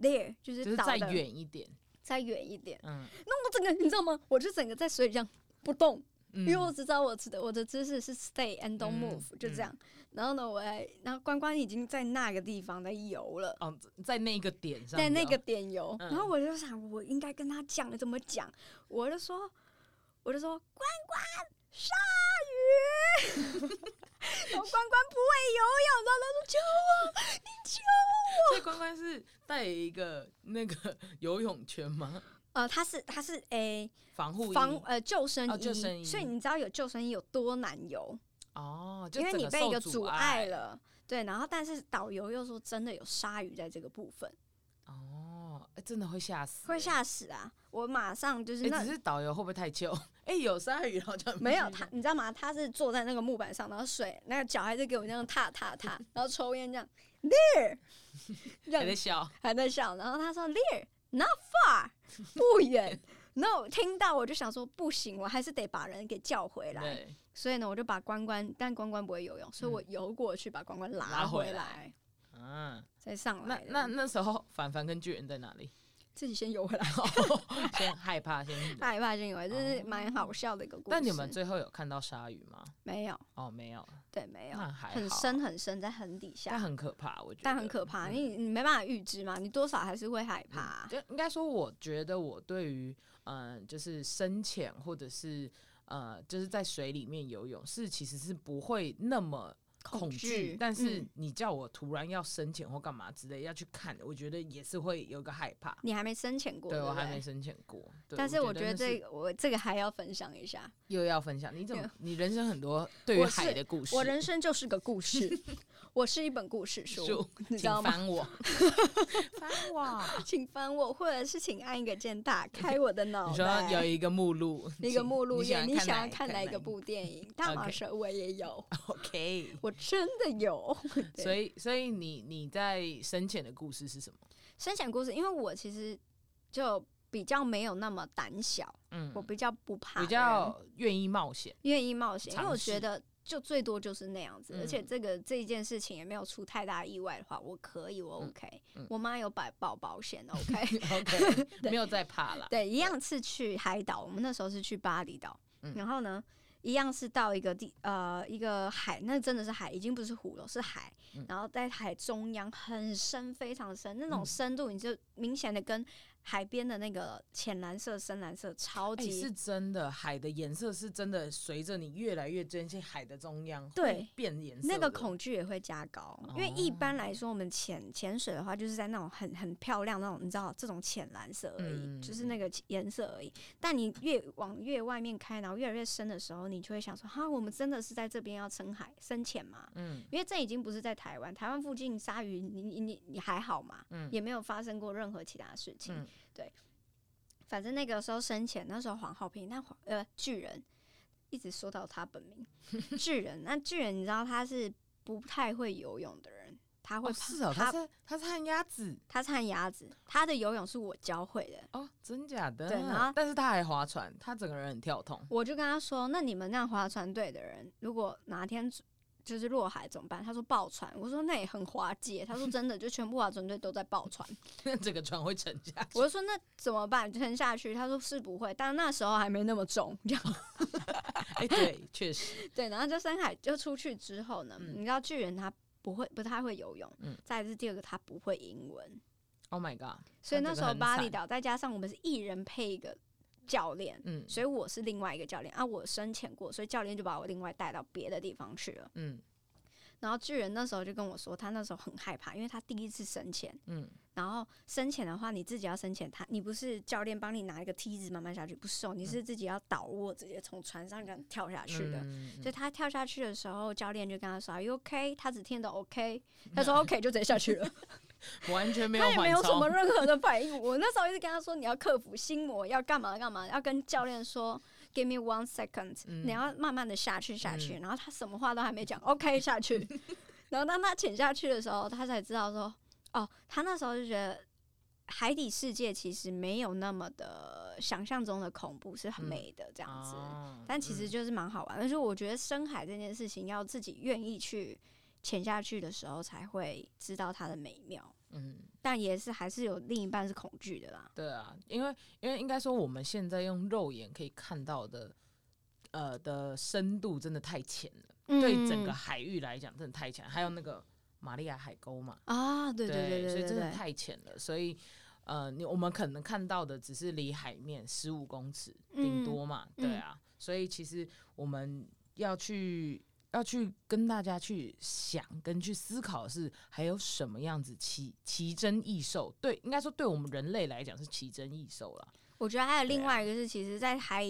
Speaker 1: there。”就是
Speaker 3: 就是
Speaker 1: 岛
Speaker 3: 再
Speaker 1: 的
Speaker 3: 远一点，
Speaker 1: 再远一点。
Speaker 3: 嗯，
Speaker 1: 我整个你知道吗？我就整个在水里这样不动，
Speaker 3: 因
Speaker 1: 因为我只知道我知的我的姿势是 stay and don't
Speaker 3: 嗯
Speaker 1: move，、就这
Speaker 3: 嗯
Speaker 1: 样。然后呢，我还然后关关已经在那个地方在游了。
Speaker 3: 哦，在那个点上，
Speaker 1: 在那个，点油，
Speaker 3: 嗯
Speaker 1: 然后我就想，我应该跟他讲怎么讲，我就说，我就说，关关鲨鱼， 然后关关不会游泳，然后他说救我，你救我，
Speaker 3: 所以关关是带一个那个 游泳圈吗？
Speaker 1: 呃，他是他是诶、
Speaker 3: 防护衣
Speaker 1: 防呃救生衣，
Speaker 3: 哦救生衣
Speaker 1: 所以你知道有救生衣有多难游，
Speaker 3: 哦，就
Speaker 1: 因为
Speaker 3: 整
Speaker 1: 你
Speaker 3: 个
Speaker 1: 被一
Speaker 3: 受
Speaker 1: 个
Speaker 3: 阻
Speaker 1: 阻
Speaker 3: 碍
Speaker 1: 碍，了。对，然后但是导游又说真的有鲨鱼在这个部分，
Speaker 3: 哦，哎真的会吓死，
Speaker 1: 会。吓死啊！我马上就是
Speaker 3: 哎，
Speaker 1: 那
Speaker 3: 只是导游会不会太旧？哎，有鲨鱼，然后就
Speaker 1: 没有他，你知道吗？他是坐在那个木板上，然后水那个脚还是给我这样踏踏踏，然后抽烟这 样 there，这
Speaker 3: 还在
Speaker 1: 样
Speaker 3: 笑，
Speaker 1: 还在笑。然后他说 there not far 不远。然后我听到我就想说不行，我还是得把人给叫回来。
Speaker 3: 对，
Speaker 1: 所以呢，我就把关关，但关关不会游泳，所以我游过去把关关
Speaker 3: 拉回
Speaker 1: 回来，
Speaker 3: 嗯，
Speaker 1: 再上
Speaker 3: 那
Speaker 1: 来的。
Speaker 3: 那那时候凡凡跟巨人在哪里？
Speaker 1: 自己先游回来，
Speaker 3: 先害怕，先
Speaker 1: 害怕先游回来，这是
Speaker 3: 哦
Speaker 1: 蛮好笑的一个哎故事。
Speaker 3: 但你们最后有看到鲨鱼吗？
Speaker 1: 没有？
Speaker 3: 哦，没有，
Speaker 1: 对，没有，
Speaker 3: 那还好
Speaker 1: 很深，很深，在很底下
Speaker 3: 但。很可怕，我觉得。
Speaker 1: 但很可怕，
Speaker 3: 嗯
Speaker 1: 你你没办法预知嘛，你多少还是会害怕、啊
Speaker 3: 嗯就应该说，我觉得我对于嗯、呃就是深潜或者是呃，就是在水里面游泳，是其实是不会那么恐惧，但是
Speaker 1: 嗯
Speaker 3: 你叫我突然要深潜或干嘛之类要去看，我觉得也是会有个害怕。
Speaker 1: 你还没深潜过，
Speaker 3: 对
Speaker 1: 不
Speaker 3: 我还没。深潜过，对
Speaker 1: 但是我觉得
Speaker 3: 那
Speaker 1: 这
Speaker 3: 是
Speaker 1: 个我这个还要分享一下，
Speaker 3: 又要分享，你怎么
Speaker 1: 有
Speaker 3: 你人生很多对于
Speaker 1: 我是
Speaker 3: 海的故事，
Speaker 1: 我人生就是个 故事，我是一本故事书
Speaker 3: 书，
Speaker 1: 你知道
Speaker 3: 请
Speaker 1: 吗？
Speaker 3: 翻我， 翻我。
Speaker 1: 请翻我，或者是请按一个键打开我的脑
Speaker 3: 你
Speaker 1: 袋
Speaker 3: 说。有一个目录，
Speaker 1: 一个
Speaker 3: 请
Speaker 1: 目录页，你
Speaker 3: 你
Speaker 1: 想要
Speaker 3: 看
Speaker 1: 看哪一个
Speaker 3: 部
Speaker 1: 部电影？大马
Speaker 3: OK
Speaker 1: 蛇我也有，
Speaker 3: ？OK，
Speaker 1: 我真的 有。对
Speaker 3: 所以，所以你你在深潜的故事是什么？
Speaker 1: 深潜故事，因为我其实就比较没有那么胆小，
Speaker 3: 嗯
Speaker 1: 我比较不怕，
Speaker 3: 比较愿意冒险。
Speaker 1: 愿意冒险，因为
Speaker 3: 尝
Speaker 1: 我
Speaker 3: 试
Speaker 1: 觉得就最多就是那样子，
Speaker 3: 嗯
Speaker 1: 而且这个这一件事情也没有出太大意外的话，我可以，我
Speaker 3: 嗯
Speaker 1: OK，、
Speaker 3: 嗯
Speaker 1: 我妈有保保保 险，OK，
Speaker 3: OK，
Speaker 1: 对
Speaker 3: 没有在怕啦。
Speaker 1: 对，一样是去海岛，我们那时候是去巴厘岛，
Speaker 3: 嗯
Speaker 1: 然后呢。一样是到一个地呃一个海，那真的是海，已经不是湖了，是海。
Speaker 3: 嗯
Speaker 1: 然后在海中央很深，非常深，那种
Speaker 3: 嗯
Speaker 1: 深度你就明显的跟海边的那个浅蓝色、深蓝色超
Speaker 3: 哎、
Speaker 1: 级、
Speaker 3: 是真的，海的颜色是真的，随着你越来越接近海的中央，
Speaker 1: 对
Speaker 3: 会变颜色的。
Speaker 1: 那个恐惧也会加高，因为一
Speaker 3: 哦
Speaker 1: 般来说，我们潜潜水的话，就是在那种很很漂亮那种，你知道这种浅蓝色而已，
Speaker 3: 嗯
Speaker 1: 就是那个颜色而已。但你越往越外面开，然后越来越深的时候，你就会想说：哈，我们真的是在这边要深海深潜吗？
Speaker 3: 嗯，
Speaker 1: 因为这已经不是在台湾，台湾附近鲨鱼，你你你你还好嘛？
Speaker 3: 嗯
Speaker 1: 也没有发生过任何其他事情。
Speaker 3: 嗯
Speaker 1: 对，反正那个时候深潜，那时候黄浩平，那黄呃巨人一直说到他本 名巨人，那巨人你知道他是不太会游泳的人，他会
Speaker 3: 哦，
Speaker 1: 怕、
Speaker 3: 是哦，他
Speaker 1: 他
Speaker 3: 是他是旱鸭子
Speaker 1: 他是旱鸭子，他的游泳是我教会的。
Speaker 3: 哦，真假的？
Speaker 1: 对然后
Speaker 3: 但是他还划船，他整个人很跳动。
Speaker 1: 我就跟他说：“那你们那样划船队的人，如果哪天就是落海怎么办？他说爆船，我说那也很滑稽。他说真的，就全部划船队都在爆船。
Speaker 3: 那 整个船会沉下 去。
Speaker 1: 我就说那怎么办？沉下去？他说是不会，但那时候还没那么重。这 样
Speaker 3: 哎、对，确实，
Speaker 1: 对，然后就深海就出去之后呢，
Speaker 3: 嗯
Speaker 1: 你知道巨人他不会不太会游泳，
Speaker 3: 嗯
Speaker 1: 再来是第二个他不会英文，
Speaker 3: Oh my god！
Speaker 1: 所以
Speaker 3: 那这
Speaker 1: 那
Speaker 3: 个
Speaker 1: 时候
Speaker 3: 很
Speaker 1: 巴厘
Speaker 3: 惨
Speaker 1: 岛再加上我们是一人配一个教练，
Speaker 3: 嗯
Speaker 1: 所以我是另外一个教练啊，我深潜过，所以教练就把我另外带到别的地方去了。
Speaker 3: 嗯
Speaker 1: 然后巨人那时候就跟我说，他那时候很害怕，因为他第一次深潜，
Speaker 3: 嗯
Speaker 1: 然后深潜的话，你自己要深潜，他你不是教练帮你拿一个梯子慢慢下去，不是哦，你是自己要倒卧，直接从船上这样跳下去的。
Speaker 3: 嗯嗯
Speaker 1: 所以他跳下去的时候，教练就跟他说：“Are you OK？” 他只听得 OK，他说 OK 就直接下去了，
Speaker 3: 完全没有
Speaker 1: 他也没有
Speaker 3: 缓
Speaker 1: 什
Speaker 3: 冲
Speaker 1: 么任何的反应。我那时候一直跟他说：“你要克服心魔，要干嘛干嘛，要跟教练说 ‘Give me one second’，、
Speaker 3: 嗯
Speaker 1: 你要慢慢的下去下去。然后他什么话都还没讲，OK 下去。 然后当他潜下去的时候，他才知道说：“哦，他那时候就觉得海底世界其实没有那么的想象中的恐怖，是很
Speaker 3: 嗯
Speaker 1: 美的这样子。
Speaker 3: 哦
Speaker 1: 但其实
Speaker 3: 嗯
Speaker 1: 就是蛮好玩。但是我觉得深海这件事情，要自己愿意去潜下去的时候，才会知道它的美妙。
Speaker 3: 嗯，
Speaker 1: 但也是还是有另一半是恐惧的啦。
Speaker 3: 对啊，因为因为应该说我们现在用肉眼可以看到的，呃的深度真的太浅了，
Speaker 1: 嗯
Speaker 3: 对整个海域来讲真的太浅。还有那个玛利亚海沟嘛，
Speaker 1: 啊，对对
Speaker 3: 所
Speaker 1: 对
Speaker 3: 以
Speaker 1: 对
Speaker 3: 真的
Speaker 1: 对，
Speaker 3: 太浅了，所以。呃，你我们可能看到的只是离海面十五公尺顶
Speaker 1: 嗯
Speaker 3: 多嘛，对
Speaker 1: 嗯
Speaker 3: 啊，所以其实我们要去要去跟大家去想跟去思考的是还有什么样子奇奇珍异兽，对，应该说对我们人类来讲是奇珍异兽啦，
Speaker 1: 我觉得还有
Speaker 3: 对
Speaker 1: 另
Speaker 3: 啊
Speaker 1: 外一个是，其实，在海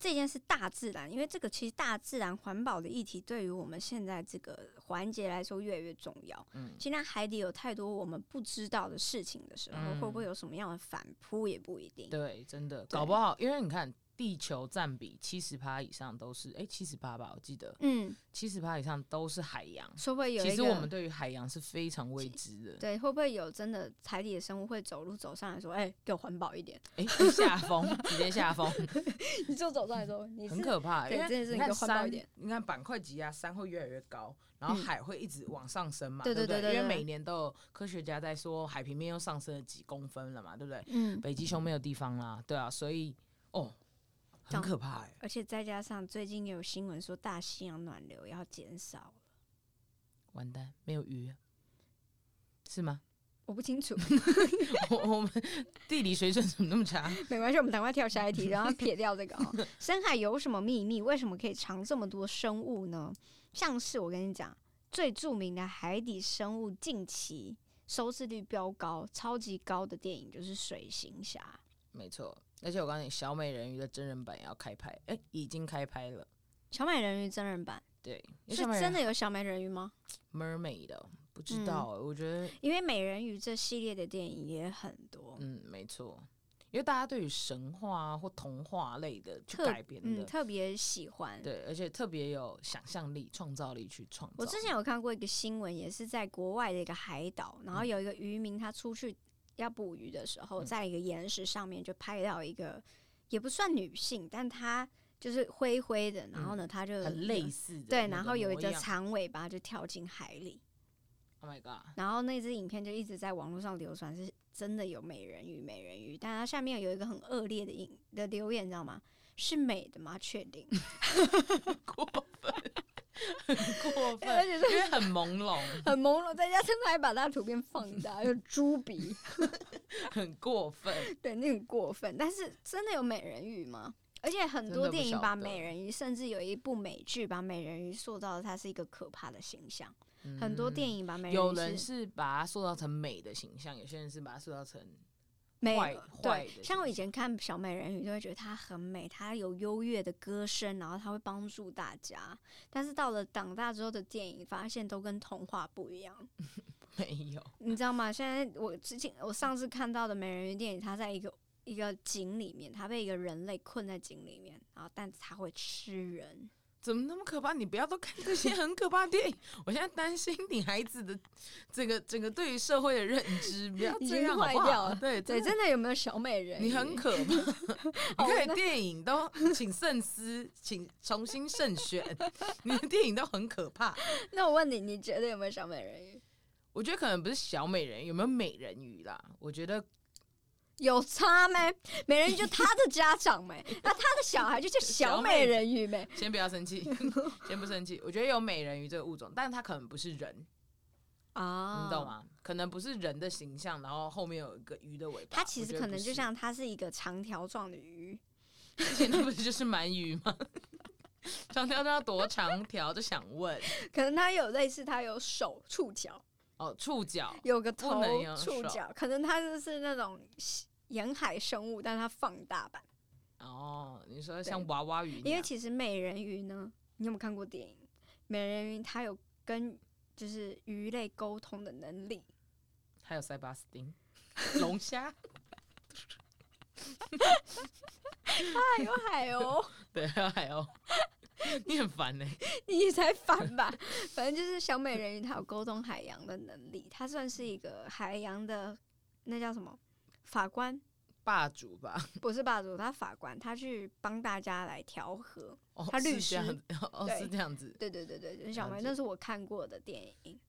Speaker 1: 这件事大自然，因为这个其实大自然环保的议题，对于我们现在这个环节来说越来越重要。
Speaker 3: 嗯
Speaker 1: 今天海底有太多我们不知道的事情的时候，会
Speaker 3: 嗯
Speaker 1: 不会有什么样的反扑也不一定。
Speaker 3: 对，真的搞不好，因为你看地球占比七十趴以上都是，哎、7七十趴吧，我记得
Speaker 1: 嗯，
Speaker 3: 七十趴以上都是海洋。
Speaker 1: 说会有一
Speaker 3: 其
Speaker 1: 个
Speaker 3: 实我们对于海洋是非常未知的，
Speaker 1: 对，会不会有真的海底的生物会走路走上来说：“哎、给我环保一点
Speaker 3: 哎、下风，直接下风，！”
Speaker 1: 你就走上来说：“你
Speaker 3: 很
Speaker 1: 是
Speaker 3: 可怕。
Speaker 1: 对
Speaker 3: 因为
Speaker 1: 这件事
Speaker 3: 你
Speaker 1: 情
Speaker 3: 看
Speaker 1: 就环保一
Speaker 3: 山
Speaker 1: 点，
Speaker 3: 你看板块挤压，山会越来越高，然后
Speaker 1: 嗯
Speaker 3: 海会一直往上升嘛，
Speaker 1: 对
Speaker 3: 对
Speaker 1: 对
Speaker 3: 不
Speaker 1: 对对
Speaker 3: 因为
Speaker 1: 对
Speaker 3: 每年都有科学家在说海平面又上升了几公分了嘛，对不对？
Speaker 1: 嗯。
Speaker 3: 北极熊没有地方啦，对啊，所以哦，很
Speaker 1: 长
Speaker 3: 可怕哎”、
Speaker 1: 而且再加上最近也有新闻说大西洋暖流要减少，
Speaker 3: 完蛋，没有鱼，是吗？
Speaker 1: 我不清楚，
Speaker 3: 我我们地理水准怎么那么差？
Speaker 1: 没关系，我们赶快跳下一题，然后撇掉这个、哦。 深海有什么秘密？为什么可以藏这么多生物呢？像是我跟你讲，最著名的海底生物近期收视率飙高、超级高的电影就是《水行侠》。
Speaker 3: 没错，而且我告诉你，小美人鱼的真人版也要开拍，哎、已经开拍了。
Speaker 1: 小美人鱼真人版
Speaker 3: 对，因为
Speaker 1: 是
Speaker 3: 小美
Speaker 1: 真
Speaker 3: 人
Speaker 1: 的有小美人鱼吗？
Speaker 3: mermaid 哦不
Speaker 1: 嗯
Speaker 3: 知道、我觉得
Speaker 1: 因为美人鱼这系列的电影也很多，
Speaker 3: 嗯，没错，因为大家对于神话啊或童话类的去
Speaker 1: 特
Speaker 3: 改编的，
Speaker 1: 嗯，特别喜欢。
Speaker 3: 对，而且特别有想象力、创造力去创造。
Speaker 1: 我之前有看过一个新闻，也是在国外的一个海岛，然后有一个渔民他出去要捕鱼的时候，
Speaker 3: 嗯
Speaker 1: 在一个岩石上面就拍到一个，也不算女性，但她就是灰灰的，然后呢，她就
Speaker 3: 嗯很类似的
Speaker 1: 对，
Speaker 3: 那
Speaker 1: 然后有一
Speaker 3: 模
Speaker 1: 个
Speaker 3: 样
Speaker 1: 长尾巴就跳进海里，
Speaker 3: ，Oh my god，
Speaker 1: 然后那支影片就一直在网络上流传，是真的有美人鱼，美人鱼。但它下面有一个很恶劣的影的留言，你知道吗？是美的吗？确定，
Speaker 3: 过分，很 过
Speaker 1: 而
Speaker 3: 分，
Speaker 1: 且
Speaker 3: 因
Speaker 1: 是
Speaker 3: 为很朦胧，
Speaker 1: 很朦胧，再加上他还把他的图片放大，有猪鼻，
Speaker 3: 很过分。
Speaker 1: 对，那很过分。但是真的有美人鱼吗？而且很
Speaker 3: 真
Speaker 1: 多
Speaker 3: 的不
Speaker 1: 电影
Speaker 3: 晓
Speaker 1: 把
Speaker 3: 得
Speaker 1: 美人鱼，甚至有一部美剧把美人鱼塑造的它是一个可怕的形象。 很多电
Speaker 3: 影。
Speaker 1: 影把美
Speaker 3: 嗯有
Speaker 1: 人鱼
Speaker 3: 人
Speaker 1: 是
Speaker 3: 是把它塑造成美的形象，有些人是把它塑造成
Speaker 1: 美
Speaker 3: 坏坏
Speaker 1: 对
Speaker 3: 的，
Speaker 1: 像我以
Speaker 3: 形
Speaker 1: 前看小美人鱼，就会觉得她很美，她有优越的歌声，然后她会帮助大家。但是到了长大之后的电影，发现都跟童话不一样，
Speaker 3: 没有，
Speaker 1: 你知道吗？现在我之前我上次看到的美人鱼电影，她在一个一个井里面，她被一个人类困在井里面，然后但她会吃人，
Speaker 3: 怎么那么可怕？你不要都看这些很可怕的电影。 我现在担心你孩子的整个整个对于社会的认知，不要
Speaker 1: 已
Speaker 3: 这
Speaker 1: 经
Speaker 3: 样好
Speaker 1: 坏
Speaker 3: 不
Speaker 1: 掉
Speaker 3: 好
Speaker 1: 了？
Speaker 3: 对
Speaker 1: 对，
Speaker 3: 真的
Speaker 1: 真的有没有小美人鱼？
Speaker 3: 你很可怕。
Speaker 1: 哦
Speaker 3: 你看
Speaker 1: 那
Speaker 3: 你电影都请慎思，请重新慎选。你的电影都很可怕。
Speaker 1: 那我问你，你觉得有没有小美人鱼？
Speaker 3: 我觉得可能不是小美人，有没有美人鱼啦？我觉得
Speaker 1: 有差没？美人鱼就他的家长没，那他的小孩就叫小美人鱼没？
Speaker 3: 先不要生 气，先不生气。我觉得有美人鱼这个物种，但它可能不是人，
Speaker 1: 啊
Speaker 3: 你懂？吗？可能不是人的形象，然后后面有一个鱼的尾巴。
Speaker 1: 它其
Speaker 3: 我
Speaker 1: 实
Speaker 3: 觉得
Speaker 1: 可
Speaker 3: 不
Speaker 1: 能就是像它是一个长条状的鱼，
Speaker 3: 之前那不是就是鳗鱼吗？ 长条都要多长条？就想问
Speaker 1: 可能它有类似它有手触角，
Speaker 3: 哦，触角
Speaker 1: 有个
Speaker 3: 不
Speaker 1: 头
Speaker 3: 能有手
Speaker 1: 触角，可能它就是那种沿海生物，但它放大版。
Speaker 3: 哦，你说像娃娃鱼那
Speaker 1: 因为
Speaker 3: 样，
Speaker 1: 其实美人鱼呢，你有没有看过电影？美人鱼它有跟就是鱼类沟通的能力，
Speaker 3: 还有塞巴斯汀、龙虾，
Speaker 1: 哎呦哎呦，
Speaker 3: 对，啊还有 海鸥，你很烦呢、
Speaker 1: 你才烦吧？反正就是小美人鱼，它有沟通海洋的能力，它算是一个海洋的那叫什么法官？
Speaker 3: 霸主吧？
Speaker 1: 不是霸主，他法官，他去帮大家来调和。
Speaker 3: 哦，
Speaker 1: 他律
Speaker 3: 是这样
Speaker 1: 师
Speaker 3: 子，哦，
Speaker 1: 对
Speaker 3: 是这样子。
Speaker 1: 对对对对，就是小
Speaker 3: 了
Speaker 1: 美，
Speaker 3: 解
Speaker 1: 那是我看过的电影。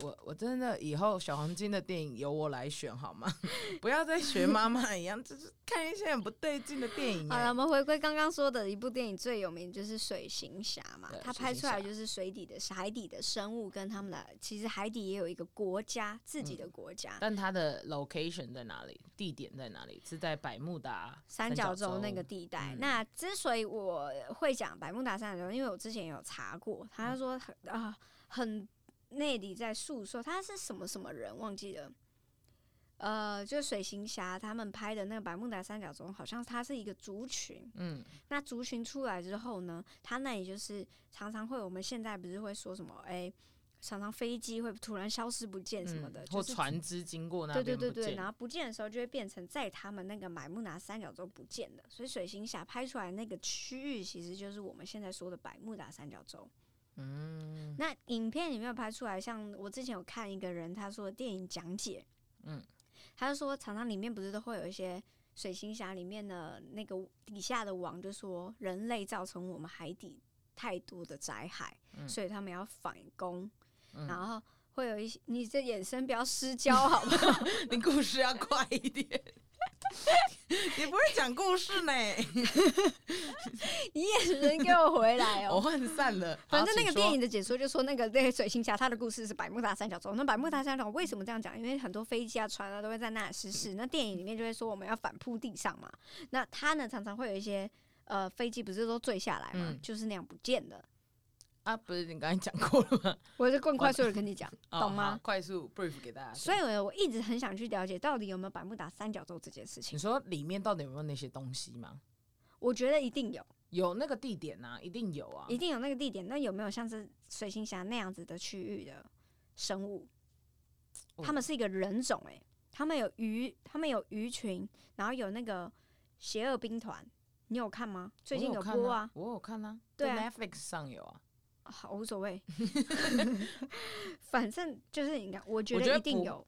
Speaker 3: 我我真的以后小黄金的电影由我来选好吗？ 不要再学妈妈一样，就是看一些很不对劲的电影、
Speaker 1: 好了，
Speaker 3: 欸
Speaker 1: 我。们回归刚刚说的一部电影，最有名就是《水行侠》嘛
Speaker 3: 对，
Speaker 1: 它
Speaker 3: 水
Speaker 1: 拍
Speaker 3: 行
Speaker 1: 出来
Speaker 3: 侠
Speaker 1: 就是水底的海底的生物跟他们的，其实海底也有一个国家，自己的国家。
Speaker 3: 嗯但它的 location 在哪里？地点在哪里？是在百慕达
Speaker 1: 三角洲那个地带。
Speaker 3: 嗯
Speaker 1: 那之所以我会讲百慕达三角洲，因为我之前有查过，
Speaker 3: 嗯
Speaker 1: 他就说很啊、很内里在诉说他是什么什么人，忘记了。呃，就水行侠他们拍的那个百慕达三角洲，好像它是一个族群。
Speaker 3: 嗯，
Speaker 1: 那族群出来之后呢，它那里就是常常会，我们现在不是会说什么，哎、常常飞机会突然消失不见什么的，
Speaker 3: 嗯
Speaker 1: 就
Speaker 3: 或
Speaker 1: 是
Speaker 3: 船只经过那
Speaker 1: 对
Speaker 3: 边
Speaker 1: 对对
Speaker 3: 不
Speaker 1: 对，
Speaker 3: 见
Speaker 1: 然后不见的时候就会变成在他们那个百慕达三角洲不见的，所以水行侠拍出来那个区域其实就是我们现在说的百慕达三角洲。
Speaker 3: 嗯，
Speaker 1: 那影片里面有拍出来，像我之前有看一个人他说电影讲解，
Speaker 3: 嗯，
Speaker 1: 他就说常常里面不是都会有一些水行侠里面的那个底下的王就说人类造成我们海底太多的灾害，
Speaker 3: 嗯
Speaker 1: 所以他们要反攻，
Speaker 3: 嗯
Speaker 1: 然后会有一些你这眼神不要失焦好吗？
Speaker 3: 你故事要快一点， 你不会讲故事呢，
Speaker 1: 你眼神给我回来
Speaker 3: 我
Speaker 1: 哦！
Speaker 3: 涣散了。
Speaker 1: 反正那个电
Speaker 3: 影
Speaker 1: 影的解说就说，那个那 个水行侠他的故事是百慕达三角洲。那百慕达三角洲为什么这样讲？因为很多飞机啊、船啊都会在那里失事。那电影里面就会说我们要反扑地上嘛。那他呢，常常会有一些呃飞机不是都坠下来嘛，
Speaker 3: 嗯
Speaker 1: 就是那样不见的。
Speaker 3: 啊，不是你刚才讲过了吗？
Speaker 1: 我是更快速的跟你讲，
Speaker 3: 哦
Speaker 1: 懂吗
Speaker 3: 好快速 brief 给大家。
Speaker 1: 所以我我一直很想去了解到底有没有百慕达三角洲这件事
Speaker 3: 你
Speaker 1: 情。
Speaker 3: 说里面到底有没有那些东西吗？
Speaker 1: 我觉得一定有，
Speaker 3: 有那个地点啊，一定有啊。
Speaker 1: 一定有那个地点。那有没有像是水行侠那样子的区域的生物？
Speaker 3: 哦
Speaker 1: 他们是一个人种、欸，他们有鱼，他们有鱼群，然后有那个邪恶兵团，你有看吗？最近
Speaker 3: 我有看
Speaker 1: 播
Speaker 3: 啊
Speaker 1: 啊，，
Speaker 3: 我有看啊，
Speaker 1: 对
Speaker 3: 在
Speaker 1: 啊
Speaker 3: ，Netflix 上有啊。
Speaker 1: 啊好无所谓， 反正就是你看，我觉
Speaker 3: 我觉
Speaker 1: 得
Speaker 3: 得
Speaker 1: 一定
Speaker 3: 不
Speaker 1: 有，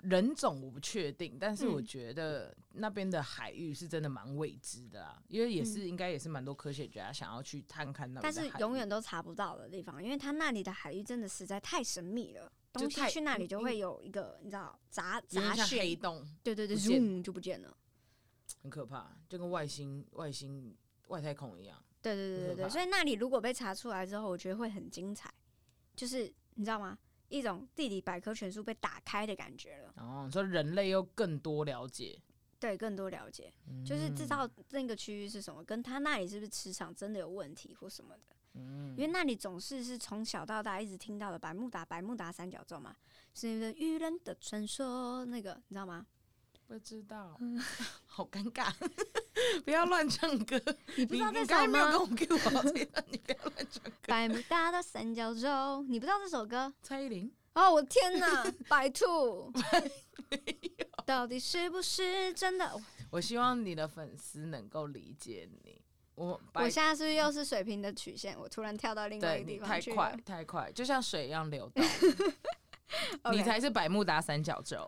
Speaker 3: 人种我不确定，但是我
Speaker 1: 嗯
Speaker 3: 觉得那边的海域是真的蛮未知的啦，因为也是、应该也是蛮多科学家想要去探看那边
Speaker 1: 但
Speaker 3: 的海
Speaker 1: 是
Speaker 3: 域，
Speaker 1: 永远都查不到的地方，因为它那里的海域真的实在太神秘了。
Speaker 3: 就
Speaker 1: 东西
Speaker 3: 太
Speaker 1: 去那里
Speaker 3: 嗯
Speaker 1: 就
Speaker 3: 嗯
Speaker 1: 会有一个你知道杂
Speaker 3: 有
Speaker 1: 杂
Speaker 3: 点像黑
Speaker 1: 讯，
Speaker 3: 洞，
Speaker 1: 对对对
Speaker 3: 不见
Speaker 1: ，zoom 就不见了。
Speaker 3: 很可怕，就跟外星外星外太空一样。
Speaker 1: 对对
Speaker 3: 很
Speaker 1: 对对
Speaker 3: 可怕
Speaker 1: 对，所以那里如果被查出来之后，我觉得会很精彩，就是你知道吗？一种地理百科全书被打开的感觉了，
Speaker 3: 然后你说人类又更多了解，
Speaker 1: 对，更多了解，就是知
Speaker 3: 嗯
Speaker 1: 道那个区域是什么，跟他那里是不是磁场真的有问题或什么的，
Speaker 3: 嗯
Speaker 1: 因为那里总是是从小到大一直听到的百慕达百慕达三角洲嘛，是一个愚人的传说，那个你知道吗？
Speaker 3: 嗯不知道， 好尴尬， 不要乱唱歌。
Speaker 1: 你不知道
Speaker 3: 你
Speaker 1: 这
Speaker 3: 你刚才
Speaker 1: 首
Speaker 3: 没有跟
Speaker 1: 吗？
Speaker 3: 我 Q 好这段，你不要乱唱歌。
Speaker 1: 百慕达的三角洲，你不知道这首歌？
Speaker 3: 蔡依林，
Speaker 1: 哦，我天哪， 白兔，到底是不是真的？哦
Speaker 3: 我希望你的粉丝能够理解你。我
Speaker 1: 我
Speaker 3: 白
Speaker 1: 现在是不是又是水平的曲线？我突然跳到另外
Speaker 3: 对
Speaker 1: 一个
Speaker 3: 你
Speaker 1: 地
Speaker 3: 太
Speaker 1: 方去
Speaker 3: 快
Speaker 1: 了。
Speaker 3: 太快，就像水一样流 动。你
Speaker 1: OK
Speaker 3: 才是百慕达三角 洲，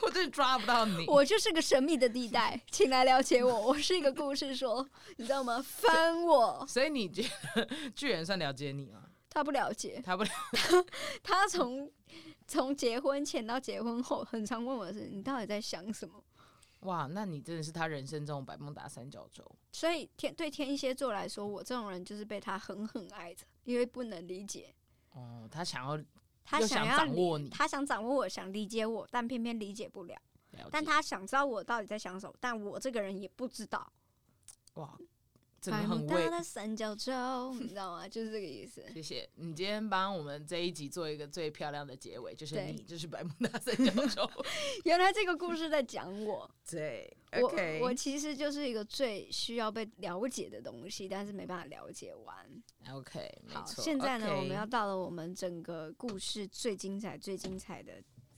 Speaker 3: 我真的抓不到你。
Speaker 1: 我就是个神秘的地带，请来了解我。我是一个故事说，你知道 吗？翻我，
Speaker 3: 所以你觉得巨人算了解你吗？
Speaker 1: 他不了解，
Speaker 3: 他不了
Speaker 1: 他从从结婚前到结婚后，很常问我的是：你到底在想什么？
Speaker 3: 哇，那你真的是他人生中的百慕达三角洲。
Speaker 1: 所以天对天蝎座来说，我这种人就是被他狠狠爱着，因为不能理解
Speaker 3: 哦，他想要
Speaker 1: 他
Speaker 3: 又
Speaker 1: 想
Speaker 3: 想
Speaker 1: 要
Speaker 3: 掌握
Speaker 1: 理
Speaker 3: 你
Speaker 1: 他想掌握我，想理解我，但偏偏理解不了。
Speaker 3: 了解，
Speaker 1: 但他想知道我到底在想什么，但我这个人也不知道。
Speaker 3: 哇，真的
Speaker 1: 百
Speaker 3: 很
Speaker 1: 慕
Speaker 3: 为
Speaker 1: 大的三角洲，你知道吗？ 就是这个意思。
Speaker 3: 谢谢你今天帮我们这一集做一个最漂亮的结尾，就是
Speaker 1: 对
Speaker 3: 你就是百慕大三角 洲。
Speaker 1: 原来这个故事在讲 我。
Speaker 3: 对
Speaker 1: 我我其实就是一个最需要被了解的东西，但是没办法了解完。
Speaker 3: OK，没
Speaker 1: 好，
Speaker 3: 错。
Speaker 1: 现在呢
Speaker 3: OK
Speaker 1: 我们要到了我们整个故事最精彩、最精彩的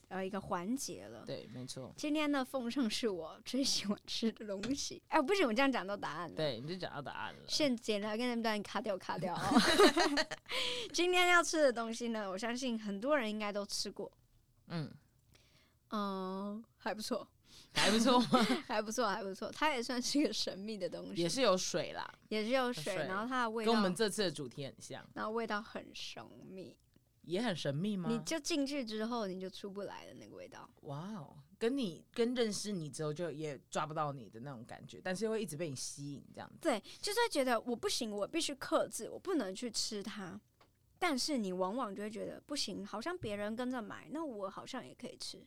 Speaker 1: 呃一个环节了。
Speaker 3: 对，没错。
Speaker 1: 今天呢，奉上是我最喜欢吃的东西。哎，不行，我这样讲到答案了。
Speaker 3: 对，你就讲到答案了。
Speaker 1: 现简来跟你们段卡掉卡掉、 哦。今天要吃的东西呢，我相信很多人应该都吃过，
Speaker 3: 嗯，
Speaker 1: 嗯，还不错，
Speaker 3: 还不错嘛，
Speaker 1: 还不错，还不错。它也算是一个神秘的东 西，
Speaker 3: 也是有水啦，
Speaker 1: 也是有
Speaker 3: 水
Speaker 1: 水，然后它的味道
Speaker 3: 跟我们这次的主题很像，
Speaker 1: 然后味道很神秘，
Speaker 3: 也很神秘吗
Speaker 1: 你？就进去之后你就出不来的那个味道。
Speaker 3: 哇哦，跟你跟认识你之后就也抓不到你的那种感觉，但是又会一直被你吸引这样子。
Speaker 1: 对，就是会觉得我不行，我必须克制，我不能去吃它。但是你往往就会觉得不行，好像别人跟着买，那我好像也可以吃。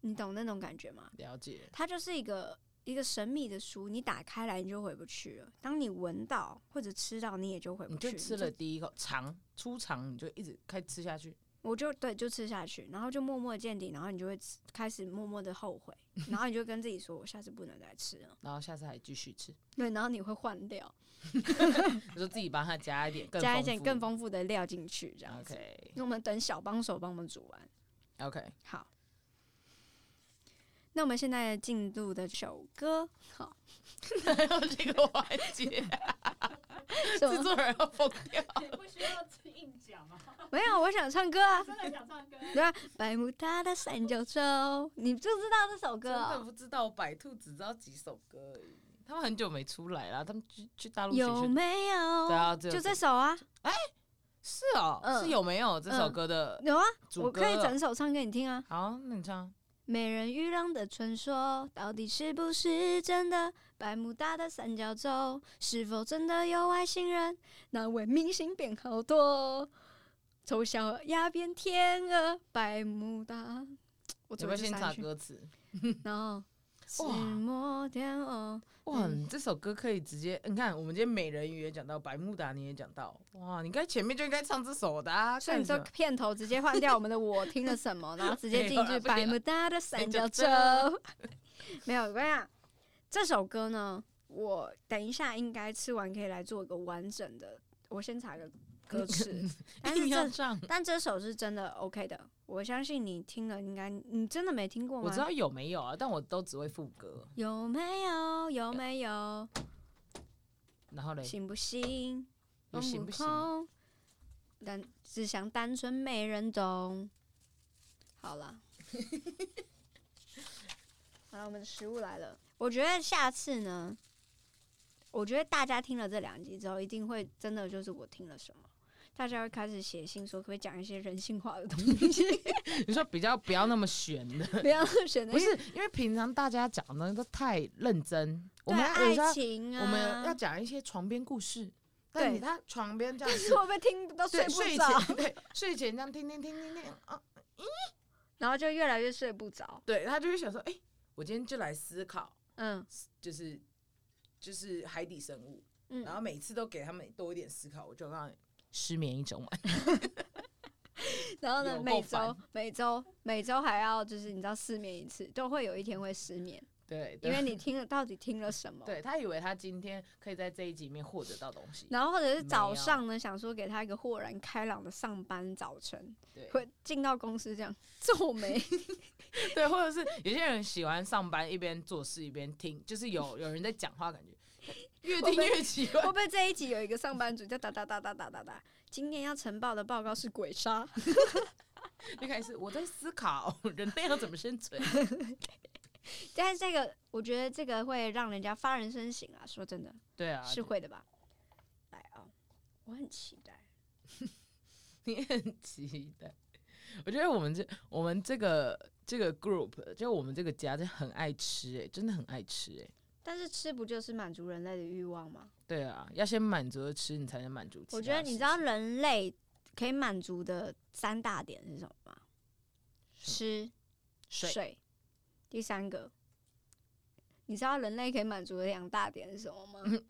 Speaker 1: 你懂那种感觉吗？
Speaker 3: 了解，
Speaker 1: 它就是一个一个神秘的书，你打开来你就回不去了。当你闻到或者吃到，你也就回不
Speaker 3: 你
Speaker 1: 去。
Speaker 3: 就吃了，第一口尝初尝，你就一直开始吃下去。
Speaker 1: 我就对，就吃下去，然后就默默见底，然后你就会吃开始默默的 后悔，然后你就跟自己说，我下次不能再吃了。
Speaker 3: 然后下次还继续吃，
Speaker 1: 对，然后你会换掉，
Speaker 3: 你说自己帮他加一点更
Speaker 1: 加一点更
Speaker 3: 丰
Speaker 1: 丰富的料进去，这
Speaker 3: 富。
Speaker 1: 样子。
Speaker 3: OK
Speaker 1: 那我们等小帮手帮我们煮完。
Speaker 3: OK，
Speaker 1: 好，那我们现在进入的首 歌，好，
Speaker 3: 还有这个环 节，
Speaker 1: 什
Speaker 3: 制
Speaker 1: 么
Speaker 3: 作人要疯掉。
Speaker 2: 不需要硬讲吗？
Speaker 1: 没有，我想唱歌啊。
Speaker 2: 真的想唱歌？
Speaker 1: 对啊，百慕大的三角洲，你就知道这首歌
Speaker 3: 真的
Speaker 1: 哦、
Speaker 3: 不知道，百兔只知道几首歌而已。他们很久没出来啦，他们去去大陆选
Speaker 1: 有
Speaker 3: 秀。
Speaker 1: 没有？
Speaker 3: 对啊，只有
Speaker 1: 就
Speaker 3: 这
Speaker 1: 这首啊，
Speaker 3: 是哦，
Speaker 1: 嗯
Speaker 3: 是有没有这首
Speaker 1: 嗯
Speaker 3: 歌的
Speaker 1: 有啊，
Speaker 3: 主
Speaker 1: 我
Speaker 3: 歌
Speaker 1: 可以
Speaker 3: 了？
Speaker 1: 整首唱给你听啊。
Speaker 3: 好，那你唱。
Speaker 1: 美人鱼浪的传说到底是不是真的？百慕大的三角洲是否真的有外星人？那位明星变好多，丑小鸭变天鹅，百慕大。我
Speaker 3: 有
Speaker 1: 准
Speaker 3: 没
Speaker 1: 备
Speaker 3: 有先查
Speaker 1: 三句，
Speaker 3: 歌词？嗯
Speaker 1: 然后是
Speaker 3: 哇
Speaker 1: 摩天鹅，
Speaker 3: 哇，
Speaker 1: 嗯
Speaker 3: 你这首歌可以直接，你看我们今天美人鱼也讲到，白慕达你也讲到，哇，你应该前面就应该唱这首的啊。
Speaker 1: 所以
Speaker 3: 干
Speaker 1: 你这
Speaker 3: 什么
Speaker 1: 片头直接换掉我们的我听了什 么，然后直接进
Speaker 3: 没
Speaker 1: 去
Speaker 3: 有啊不行啊
Speaker 1: 百慕大的三角洲。没有，我跟你讲，这首歌呢，我等一下应该吃完可以来做一个完整的，我先查个歌 词。但是
Speaker 3: 硬哎要
Speaker 1: 这
Speaker 3: 唱，
Speaker 1: 但这首是真的 OK 的，我相信你听了应该，你真的没听过吗？
Speaker 3: 我知道有没有啊，但我都只会副歌。
Speaker 1: 有没有？有没有？
Speaker 3: 然后嘞，
Speaker 1: 行不行？
Speaker 3: 有
Speaker 1: 孙
Speaker 3: 行啊
Speaker 1: 悟
Speaker 3: 不行？
Speaker 1: 空，但只想单纯没人懂。好了，好了，我们的食物来了。我觉得下次呢，我觉得大家听了这两集之后，一定会真的就是我听了什么，大家会开始写信说可不可以讲一些人性化的东西，
Speaker 3: 你说比较不要那么悬的，
Speaker 1: 不要选择
Speaker 3: 不是因为平常大家讲的东西都太认真，我
Speaker 1: 对
Speaker 3: 们要有时候
Speaker 1: 爱情啊，
Speaker 3: 我们要讲一些床边故事，
Speaker 1: 对
Speaker 3: 但你他床边 这样
Speaker 1: 是
Speaker 3: 子，
Speaker 1: 会被听到睡
Speaker 3: 对，
Speaker 1: 不
Speaker 3: 哦睡
Speaker 1: 着，
Speaker 3: 前 对睡前这样听听听听听，啊，
Speaker 1: 然后就越来越睡不着。
Speaker 3: 对他就会想说，哎、我今天就来思考。
Speaker 1: 嗯
Speaker 3: 就是就是海底生物，
Speaker 1: 嗯，
Speaker 3: 然后每次都给他们多一点思考，我就让你失眠一整晚。
Speaker 1: 然后呢，
Speaker 3: 有够
Speaker 1: 每周
Speaker 3: 烦
Speaker 1: 每周每周还要就是你知道失眠一次，都会有一天会失眠。
Speaker 3: 对，对
Speaker 1: 因为你听了到底听了什 么？
Speaker 3: 对他以为他今天可以在这一集里面获得到东西，
Speaker 1: 然后或者是
Speaker 3: 没
Speaker 1: 早
Speaker 3: 有
Speaker 1: 上呢，想说给他一个豁然开朗的上班早晨，
Speaker 3: 对
Speaker 1: 会进到公司这样 皱眉，
Speaker 3: 对，或者是有些人喜欢上班一边做事一边听，就是有有人在讲话，感觉越听越奇怪
Speaker 1: 会不。会这一集有一个上班族叫哒哒哒哒哒哒哒？今年要呈报的报告是 鬼杀，
Speaker 3: 就开始我在思考 人类要怎么生 存。
Speaker 1: 但是这个我觉得这个会让人家发人深省啊！说真的，
Speaker 3: 对啊，
Speaker 1: 是会的吧？来啊、我很期待。
Speaker 3: 你很期待。我觉得我们这我们这个这个 group，就我们这个家，真的很爱吃哎、真的很爱吃哎、
Speaker 1: 但是吃不就是满足人类的欲望吗？
Speaker 3: 对啊，要先满足了吃，你才能满足其他
Speaker 1: 我
Speaker 3: 的
Speaker 1: 觉得你知道人类可以满足的三大点是什么吗？吃、
Speaker 3: 事情水
Speaker 1: 水。第三个，你知道人类可以满足的两大点是什么
Speaker 3: 嗯
Speaker 1: 吗？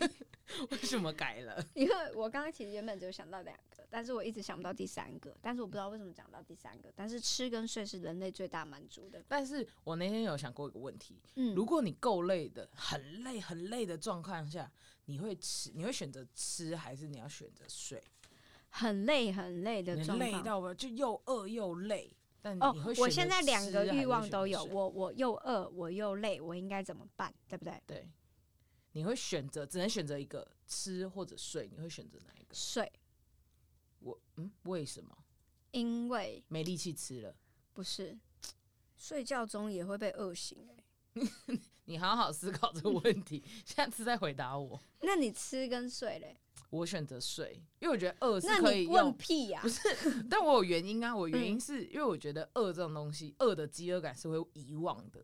Speaker 3: 为什么改了？
Speaker 1: 因为我刚刚其实原本只有想到两个，但是我一直想不到第三个，但是我不知道为什么讲到第三个。但是吃跟睡是人类最大满足的。
Speaker 3: 但是我那天有想过一个问题：
Speaker 1: 嗯
Speaker 3: 如果你够累的、很累、很累的状况下，你会吃，你会选择吃，还是你要选择睡？
Speaker 1: 很累很累的
Speaker 3: 你
Speaker 1: 状
Speaker 3: 累
Speaker 1: 况。
Speaker 3: 到吧，就又饿又累。但
Speaker 1: 哦
Speaker 3: 你会，选
Speaker 1: 我
Speaker 3: 择
Speaker 1: 现在两
Speaker 3: 吃
Speaker 1: 个
Speaker 3: 还
Speaker 1: 欲
Speaker 3: 是
Speaker 1: 望
Speaker 3: 选
Speaker 1: 都
Speaker 3: 择
Speaker 1: 有，
Speaker 3: 睡
Speaker 1: 我我又饿，我又累，我应该怎么办？对不对？
Speaker 3: 对，你会选择只能选择一个吃或者睡，你会选择哪一个？
Speaker 1: 睡，
Speaker 3: 我嗯，为什么
Speaker 1: 因为
Speaker 3: 没力气吃了？
Speaker 1: 不是，睡觉中也会被饿醒、欸。
Speaker 3: 你好好思考这个问 题，下次再回答我。
Speaker 1: 那你吃跟睡嘞？
Speaker 3: 我选择睡，因为我觉得饿是
Speaker 1: 那
Speaker 3: 可以
Speaker 1: 你 问
Speaker 3: 用，
Speaker 1: 屁呀、
Speaker 3: 但我有原因啊。我原因
Speaker 1: 嗯
Speaker 3: 是因为我觉得饿这种东西，饿的饥饿感是会遗忘的，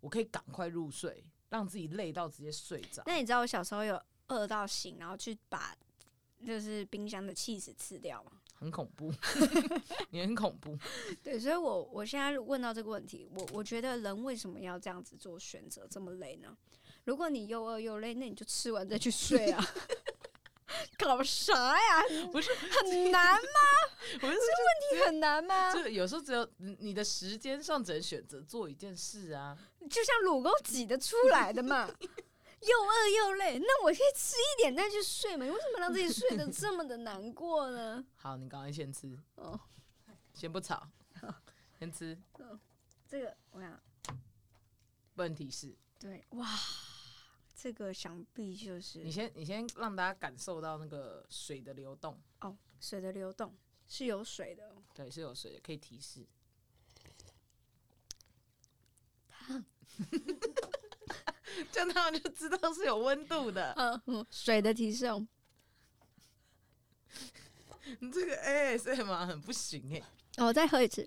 Speaker 3: 我可以赶快入睡，让自己累到直接睡着。
Speaker 1: 那你知道我小时候有饿到醒，然后去把就是冰箱的 cheese 吃掉吗？
Speaker 3: 很恐怖， 你很恐怖。
Speaker 1: 对，所以我我现在问到这个问题，我我觉得人为什么要这样子做选择，这么累呢？如果你又饿又累，那你就吃完再去睡啊。 搞啥呀？
Speaker 3: 不是，
Speaker 1: 很难吗？
Speaker 3: 我是
Speaker 1: 你很难 吗？
Speaker 3: 就有时候只有你你的时间上只能选择做一件事啊。
Speaker 1: 就像乳沟挤得出来的嘛， 又饿又累，那我可以吃一点再去睡嘛？你为什么让自己睡得这么的难过呢？
Speaker 3: 好，你刚刚先吃，
Speaker 1: 哦，
Speaker 3: 先不吵，先吃。
Speaker 1: 这个我想，
Speaker 3: 问题是，
Speaker 1: 对，哇，这个想必就是
Speaker 3: 你先你先让大家感受到那个水的流动，
Speaker 1: 哦，水的流动是有水的哦，
Speaker 3: 对，是有水的，可以提示。 这样他们就知道是有温度的。
Speaker 1: 嗯嗯，水的提示哦，
Speaker 3: 你这个 ASMR 很不行哎、
Speaker 1: 哦我再喝一次，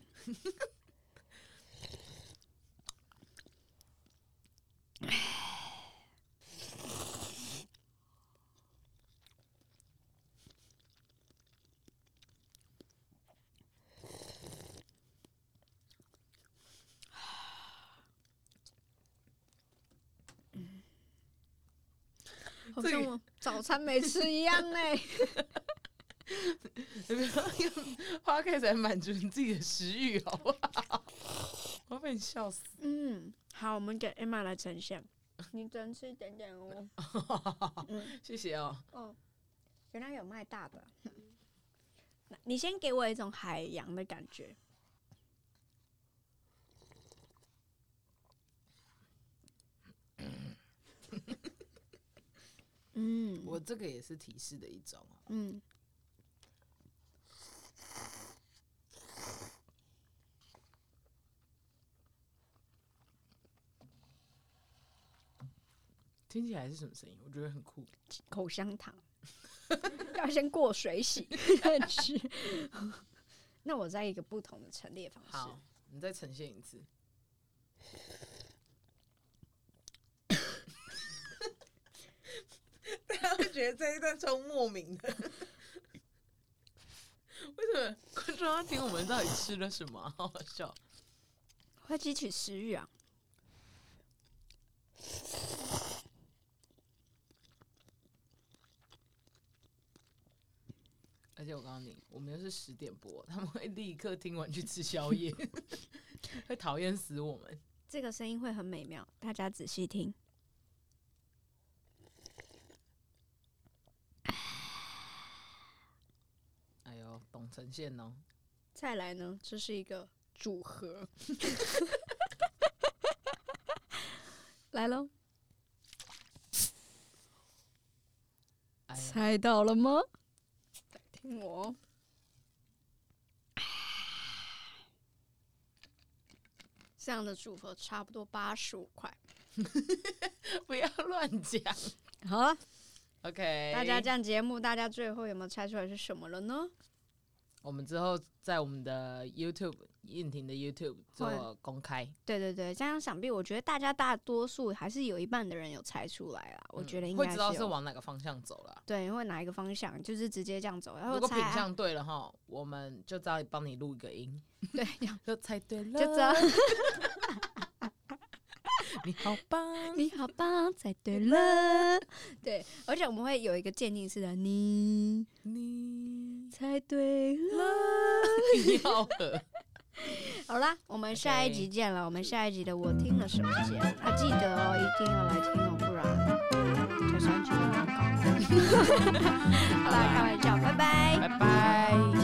Speaker 1: 好
Speaker 3: 这
Speaker 1: 像
Speaker 3: 个
Speaker 1: 我早餐没吃一样哎、
Speaker 3: 你不要用 花开才满足你自己的食欲，好不好？ 我要被你笑死。
Speaker 1: 嗯，好，我们给 Emma 来呈现。你只能吃一点点哦。嗯，
Speaker 3: 谢谢哦。
Speaker 1: 哦，原来有卖大的。那你先给我一种海洋的感觉。嗯，
Speaker 3: 我这个也是提示的一种哦。
Speaker 1: 嗯，
Speaker 3: 听起来是什么声音？我觉得很酷。
Speaker 1: 口香糖要先过水洗 再吃。那我再一个不同的陈列方式。
Speaker 3: 好，你再呈现一 次。大家会觉得这一段超莫名的。为什么观众要听我们到底吃了什么啊？好好笑。
Speaker 1: 会激起食欲啊！
Speaker 3: 而且我告诉你，我们又是十 点播，他们会立刻听完去吃宵夜，会讨厌死我们。
Speaker 1: 这个声音会很美妙，大家仔细听。
Speaker 3: 哎呦，董承宪哦，
Speaker 1: 再来呢，这是一个组合，来喽，
Speaker 3: 哎呀，
Speaker 1: 猜到了吗？来听我哦，这样的组合差不多八十五块。
Speaker 3: 不要乱讲。
Speaker 1: 好了，
Speaker 3: OK，
Speaker 1: 大家这样节目，大家最后有没有猜出来是什么了呢？
Speaker 3: 我们之后在我们的 YouTube 燕婷的 YouTube 做公开，
Speaker 1: 对对对，这样想必我觉得大家大多数还是有一半的人有猜出来啦。我觉得
Speaker 3: 嗯
Speaker 1: 应该
Speaker 3: 会知道
Speaker 1: 是
Speaker 3: 是
Speaker 1: 有
Speaker 3: 往哪个方向走了。
Speaker 1: 对，会哪一个方向，就是直接这样走，然后
Speaker 3: 如果
Speaker 1: 猜
Speaker 3: 品
Speaker 1: 啊
Speaker 3: 相对了哈，我们就知道帮你录一个音，
Speaker 1: 对，
Speaker 3: 就猜对了，
Speaker 1: 就这 样。
Speaker 3: 你好棒，
Speaker 1: 你好棒，猜对了。对，而且我们会有一个鉴定式的，你
Speaker 3: 你
Speaker 1: 猜对了。
Speaker 3: 你好狠。
Speaker 1: 好啦，我们下一
Speaker 3: OK
Speaker 1: 集见了。我们下一集的我听了什么节目啊？记得哦，一定要来听哦，不然 就删除了。好啦，开玩笑，拜拜。
Speaker 3: 拜拜。